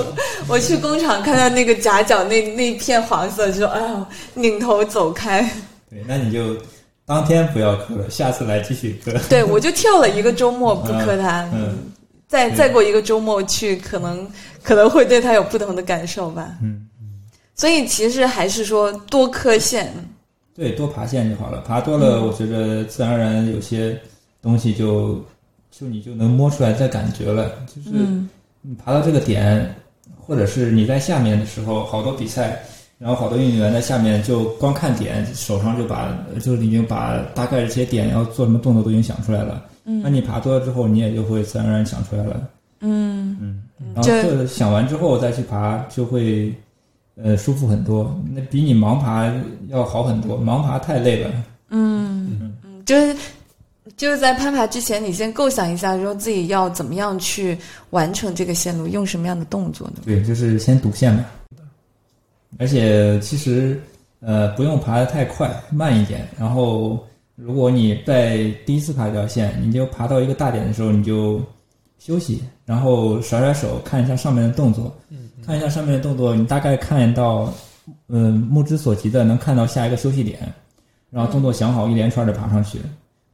B: 我去工厂看到那个夹角那那片黄色，就哎呦，拧头走开。
C: 对，那你就当天不要磕了，下次来继续磕，
B: 对，我就跳了一个周末不磕它，
C: 嗯
B: 再
C: 对
B: 再过一个周末去，可能可能会对它有不同的感受吧。
C: 嗯，
B: 所以其实还是说多磕线。嗯
C: 对，多爬线就好了，爬多了，我觉得自然而然有些东西就就你就能摸出来这感觉了。就是你爬到这个点，或者是你在下面的时候，好多比赛，然后好多运动员在下面就光看点，手上就把就是已经把大概这些点要做什么动作都已经想出来了。嗯，那你爬多了之后，你也就会自然而然想出来了。
A: 嗯，
C: 嗯，然后这个想完之后再去爬，就会呃舒服很多，那比你盲爬要好很多。盲爬太累了。
B: 嗯就是就是在攀爬之前，你先构想一下，说自己要怎么样去完成这个线路，用什么样的动作呢？
C: 对，就是先堵线嘛。而且其实呃不用爬得太快，慢一点。然后如果你在第一次爬这条线，你就爬到一个大点的时候，你就休息，然后甩甩手，看一下上面的动作，看一下上面的动作，你大概看到嗯目之所及的，能看到下一个休息点，然后动作想好，一连串的爬上去。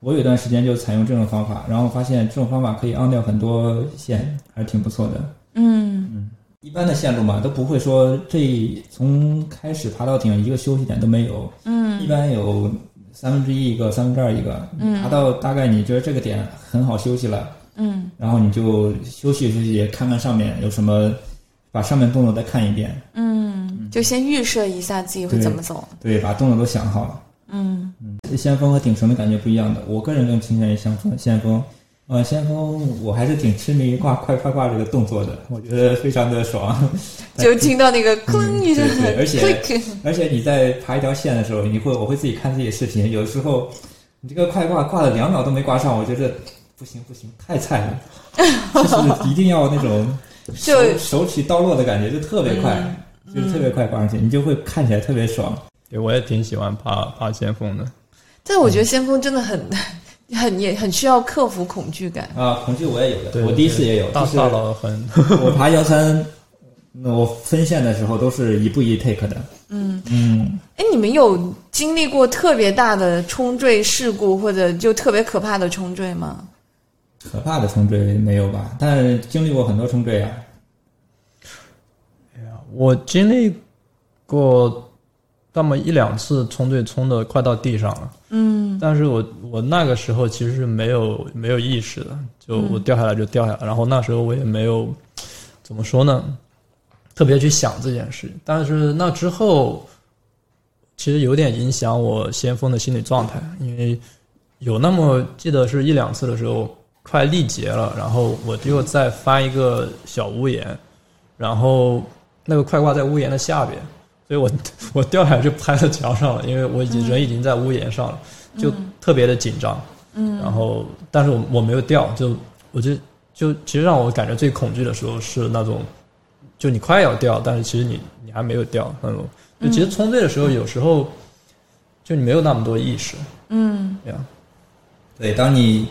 C: 我有一段时间就采用这种方法，然后发现这种方法可以 on 掉很多线，还是挺不错的。
A: 嗯
C: 一般的线路嘛，都不会说这从开始爬到顶一个休息点都没有，嗯，一般有三分之一一个，三分之二一个，嗯，爬到大概你觉得这个点很好休息了，
A: 嗯，
C: 然后你就休息休息，看看上面有什么，把上面动作再看一遍，
A: 嗯
B: 就先预设一下自己会怎么走。
C: 对，哎把动作都想好了。
A: 嗯
C: 先锋和顶绳的感觉不一样的，我个人更倾向于先锋。先锋，呃，先锋我还是挺痴迷于挂快快挂这个动作的，我觉得非常的爽。
B: 就听到那个“哐”一声
C: 嗯对对，而且嗯
B: click，
C: 而且你在爬一条线的时候，你会我会自己看自己的视频，有的时候你这个快挂挂了两秒都没挂上，我觉得不行不行，太菜了，就是一定要那种手
B: 就
C: 手起刀落的感觉，就特别快，就是特别快挂上去，你就会看起来特别爽。
D: 对，我也挺喜欢爬爬先锋的。
B: 但我觉得先锋真的很、很也很需要克服恐惧感。
C: 啊，恐惧我也有
D: 对
C: 的，我第一次也有，
D: 大
C: 就是
D: 大佬很
C: 我爬幺三，那我分线的时候都是一步一 take 的，嗯嗯，
B: 哎，你们有经历过特别大的冲坠事故，或者就特别可怕的冲坠吗？
C: 可怕的冲坠没有吧？但是经历过很多冲坠啊，
D: 我经历过那么一两次冲队冲的快到地上了，嗯，但是我我那个时候其实是没有没有意识的，就我掉下来就掉下来，然后那时候我也没有怎么说呢，特别去想这件事，但是那之后其实有点影响我先锋的心理状态，因为有那么记得是一两次的时候快力竭了，然后我就再翻一个小屋檐。然后那个快挂在屋檐的下边，所以我 我掉下来就拍到墙上了，因为我已经人已经在屋檐上了，就特别的紧张。嗯，然后但是我我没有掉，就我就就其实让我感觉最恐惧的时候是那种，就你快要掉，但是其实你你还没有掉那种。就其实冲队的时候，有时候就你没有那么多意识，
A: 嗯
D: 这样
C: 对，当你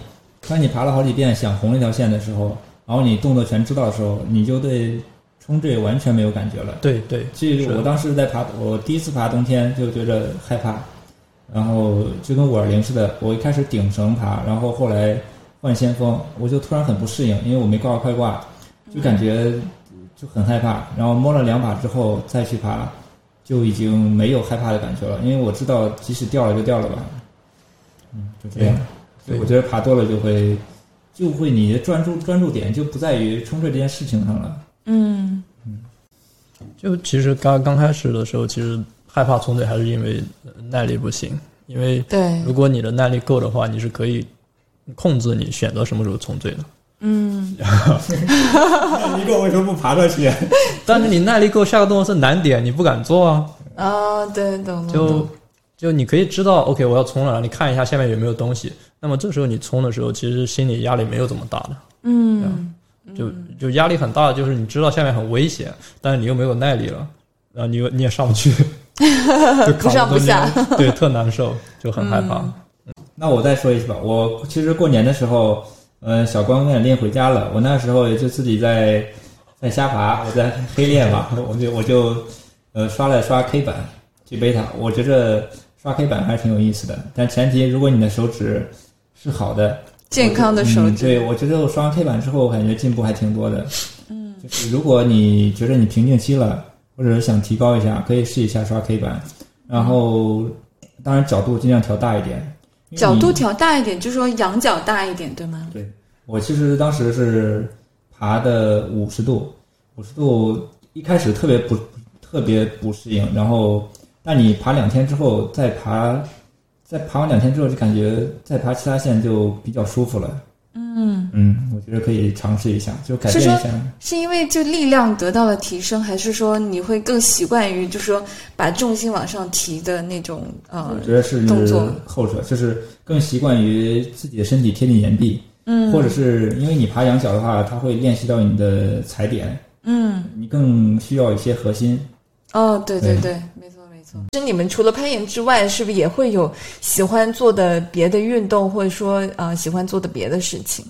C: 当你爬了好几遍想红一条线的时候，然后你动作全知道的时候，你就对冲坠完全没有感觉了。
D: 对对，
C: 其实
D: 是的
C: 我当时在爬，我第一次爬冬天就觉着害怕，然后就跟五二零似的，我一开始顶绳爬，然后后来换先锋，我就突然很不适应，因为我没挂过快挂，就感觉就很害怕。然后摸了两把之后再去爬，就已经没有害怕的感觉了，因为我知道即使掉了就掉了吧，嗯，就这样。
D: 对
C: 所以我觉得爬多了就会就会你的专注专注点就不在于冲坠这件事情上了。
A: 嗯
D: 就其实刚刚开始的时候，其实害怕冲队还是因为呃耐力不行，因为
B: 对
D: 如果你的耐力够的话，你是可以控制你选择什么时候冲队的。
A: 嗯
C: 你给我为什么不爬上去？
D: 但是你耐力够，下个动作是难点，你不敢做啊。
B: 啊、对，懂了。懂
D: 就
B: 了
D: 就你可以知道，OK，我要冲了，然后你看一下下面有没有东西。那么这时候你冲的时候，其实心理压力没有这么大的，
A: 嗯
D: 就就压力很大，的就是你知道下面很危险，但是你又没有耐力了，然后你又你也上不去， 就
B: 不上不下嗯
D: 扛着啊中间，对，特难受，就很害怕。
C: 那我再说一次吧，我其实过年的时候，呃，小光跟练回家了，我那时候也就自己在在瞎爬，我在黑练嘛，我就我就呃刷了刷 K 板去贝塔，我觉着刷 K 板还是挺有意思的，但前提如果你的手指是好的，
B: 健康的手
C: 嗯
B: 指，
C: 对我觉得我刷完 K 板之后，我感觉进步还挺多的。嗯，就是如果你觉得你瓶颈期了，或者是想提高一下，可以试一下刷 K 板，然后当然角度尽量调大一点。因为
B: 角
C: 你
B: 度调大一点，就说仰角大一点，对吗？
C: 对，我其实当时是爬的五十度，五十度一开始特别不特别不适应，然后但你爬两天之后再爬，再爬完两天之后就感觉再爬其他线就比较舒服了。
A: 嗯，
C: 嗯，我觉得可以尝试一下，就改
B: 是
C: 变
B: 说
C: 一下。
B: 是因为这力量得到了提升，还是说你会更习惯于就说把重心往上提的那种呃
C: 我觉得是
B: 动作
C: 后者，就是更习惯于自己的身体贴近岩壁，
A: 嗯，
C: 或者是因为你爬仰角的话，它会练习到你的踩点，
A: 嗯，
C: 你更需要一些核心。
B: 哦，对对
C: 对
B: 对，没错没错。其实你们除了攀岩之外，是不是也会有喜欢做的别的运动，或者说呃喜欢做的别的事情？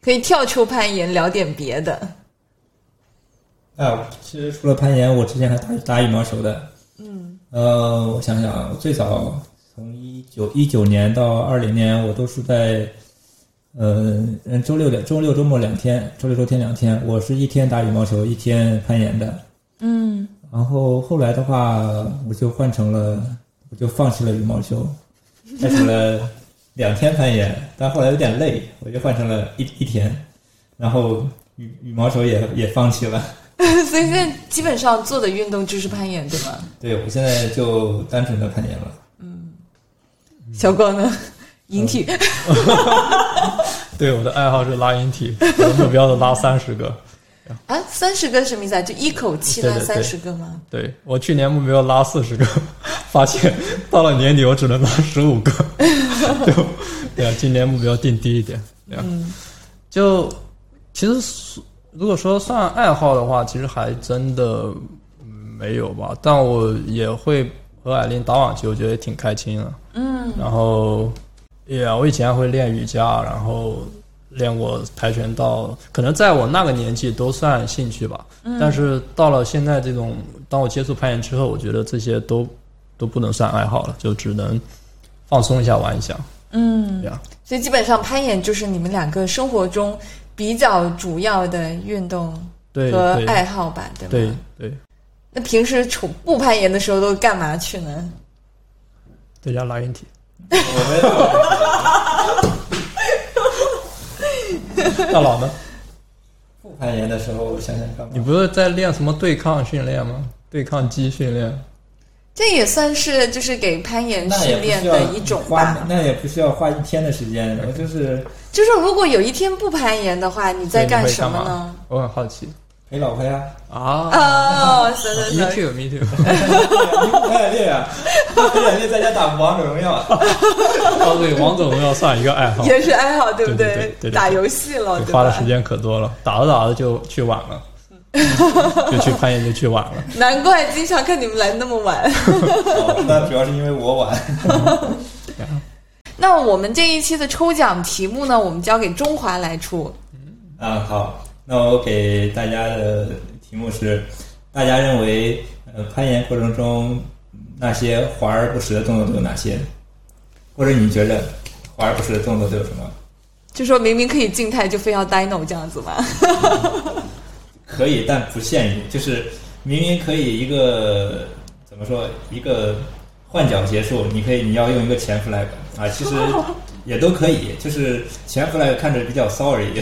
B: 可以跳出攀岩聊点别的。
C: 啊，其实除了攀岩，我之前还打打羽毛球的。嗯。呃，我想想啊，我最早从一九一九年到二零年，我都是在，呃，嗯周六两周六周末两天，周六周天两天，我是一天打羽毛球，一天攀岩的。
A: 嗯，
C: 然后后来的话，我就换成了，我就放弃了羽毛球，开始了两天攀岩，但后来有点累，我就换成了一一天，然后羽羽毛球也也放弃了。
B: 所以现在基本上做的运动就是攀岩，对吗？
C: 对，我现在就单纯的攀岩了。
D: 嗯
B: 小光呢？ 引体、
D: 对，我的爱好是拉引体，我的目标是拉三十个。
B: 啊，三十个什么意思啊？就一口气拉
D: 对对对
B: 三十个吗？
D: 对我去年目标拉四十个，发现到了年底我只能拉十五个， 就对啊，今年目标定低一点，对啊，就其实如果说算爱好的话，其实还真的嗯没有吧，但我也会和艾琳打网球，我觉得也挺开心的，嗯，然后也我以前会练瑜伽，然后。练过跆拳道，可能在我那个年纪都算兴趣吧。但是到了现在这种，当我接触攀岩之后，我觉得这些都都不能算爱好了，就只能放松一下玩一下。嗯，这样
B: 所以基本上攀岩就是你们两个生活中比较主要的运动
D: 对
B: 和
D: 对
B: 爱好吧，对
D: 对
B: 吗？
D: 对，
B: 那平时除不攀岩的时候都干嘛去呢？
D: 对加拉引体。大佬呢？
C: 不攀岩的时候，我想想干
D: 你
C: 嘛？
D: 不是在练什么对抗训练吗？对抗肌训练，
B: 这也算是就是给攀岩
C: 那也
B: 训
C: 不
B: 练
C: 需
B: 的
C: 要
B: 一种
C: 花
B: 吧，。
C: 那也不需要花一天的时间，我就是
B: 就是如果有一天不攀岩的话，你在
D: 对你会
B: 什么
D: 干嘛
B: 呢？？
D: 我很好奇
C: 陪老婆呀，
D: 啊。
B: 哦，是是
D: Me
B: 是，
D: too, me too。
C: 哎你不攀岩 哎呀，攀岩在家打王者荣耀。啊
D: 哦，对，王者荣耀算一个爱好，
B: 也是爱好，对不
D: 对对对对对
B: 打游戏了，
D: 对
B: 对
D: 花的
B: 吧
D: 时？间可多了，打着打着就去晚了，就去攀岩就去晚了。
B: 难怪经常看你们来那么晚。
C: 哦那主要是因为我晚。
B: 那我们这一期的抽奖题目呢，我们交给中华来出。
C: 啊，好，那我给大家的题目是：大家认为呃攀岩过程中那些华而不实的动作都有哪些？或者你觉得华而不实的动作都有什么？
B: 就说明明可以静态，就非要 dino 这样子吗？
C: 可以，但不限于，就是明明可以一个怎么说一个换脚结束，你可以你要用一个前 flag 啊，其实也都可以，就是前 flag 看着比较骚而已。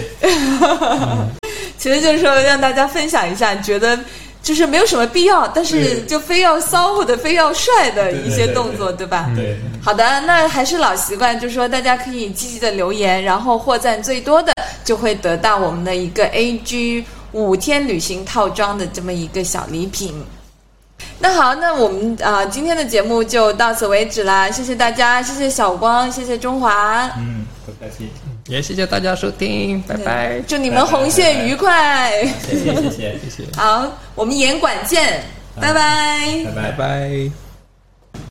B: 其实就是说让大家分享一下，觉得就是没有什么必要，但是
C: 对
B: 就非要骚或者非要帅的一些
C: 对对对对嗯
B: 动作，对吧？
C: 对，
B: 好的，那还是老习惯，就说大家可以积极的留言，然后获赞最多的就会得到我们的一个 A G 五天旅行套装的这么一个小礼品。那好，那我们啊、呃今天的节目就到此为止啦，谢谢大家，谢谢小光，谢谢中华，
C: 嗯，不客气，
D: 也谢谢大家收听，拜拜，
B: 祝你们红
C: 拜
B: 线
C: 拜
B: 愉快。
C: 谢谢谢谢，
D: 谢谢，
B: 好，我们严管见，拜拜
C: 拜
D: 拜
C: 拜。
D: 拜。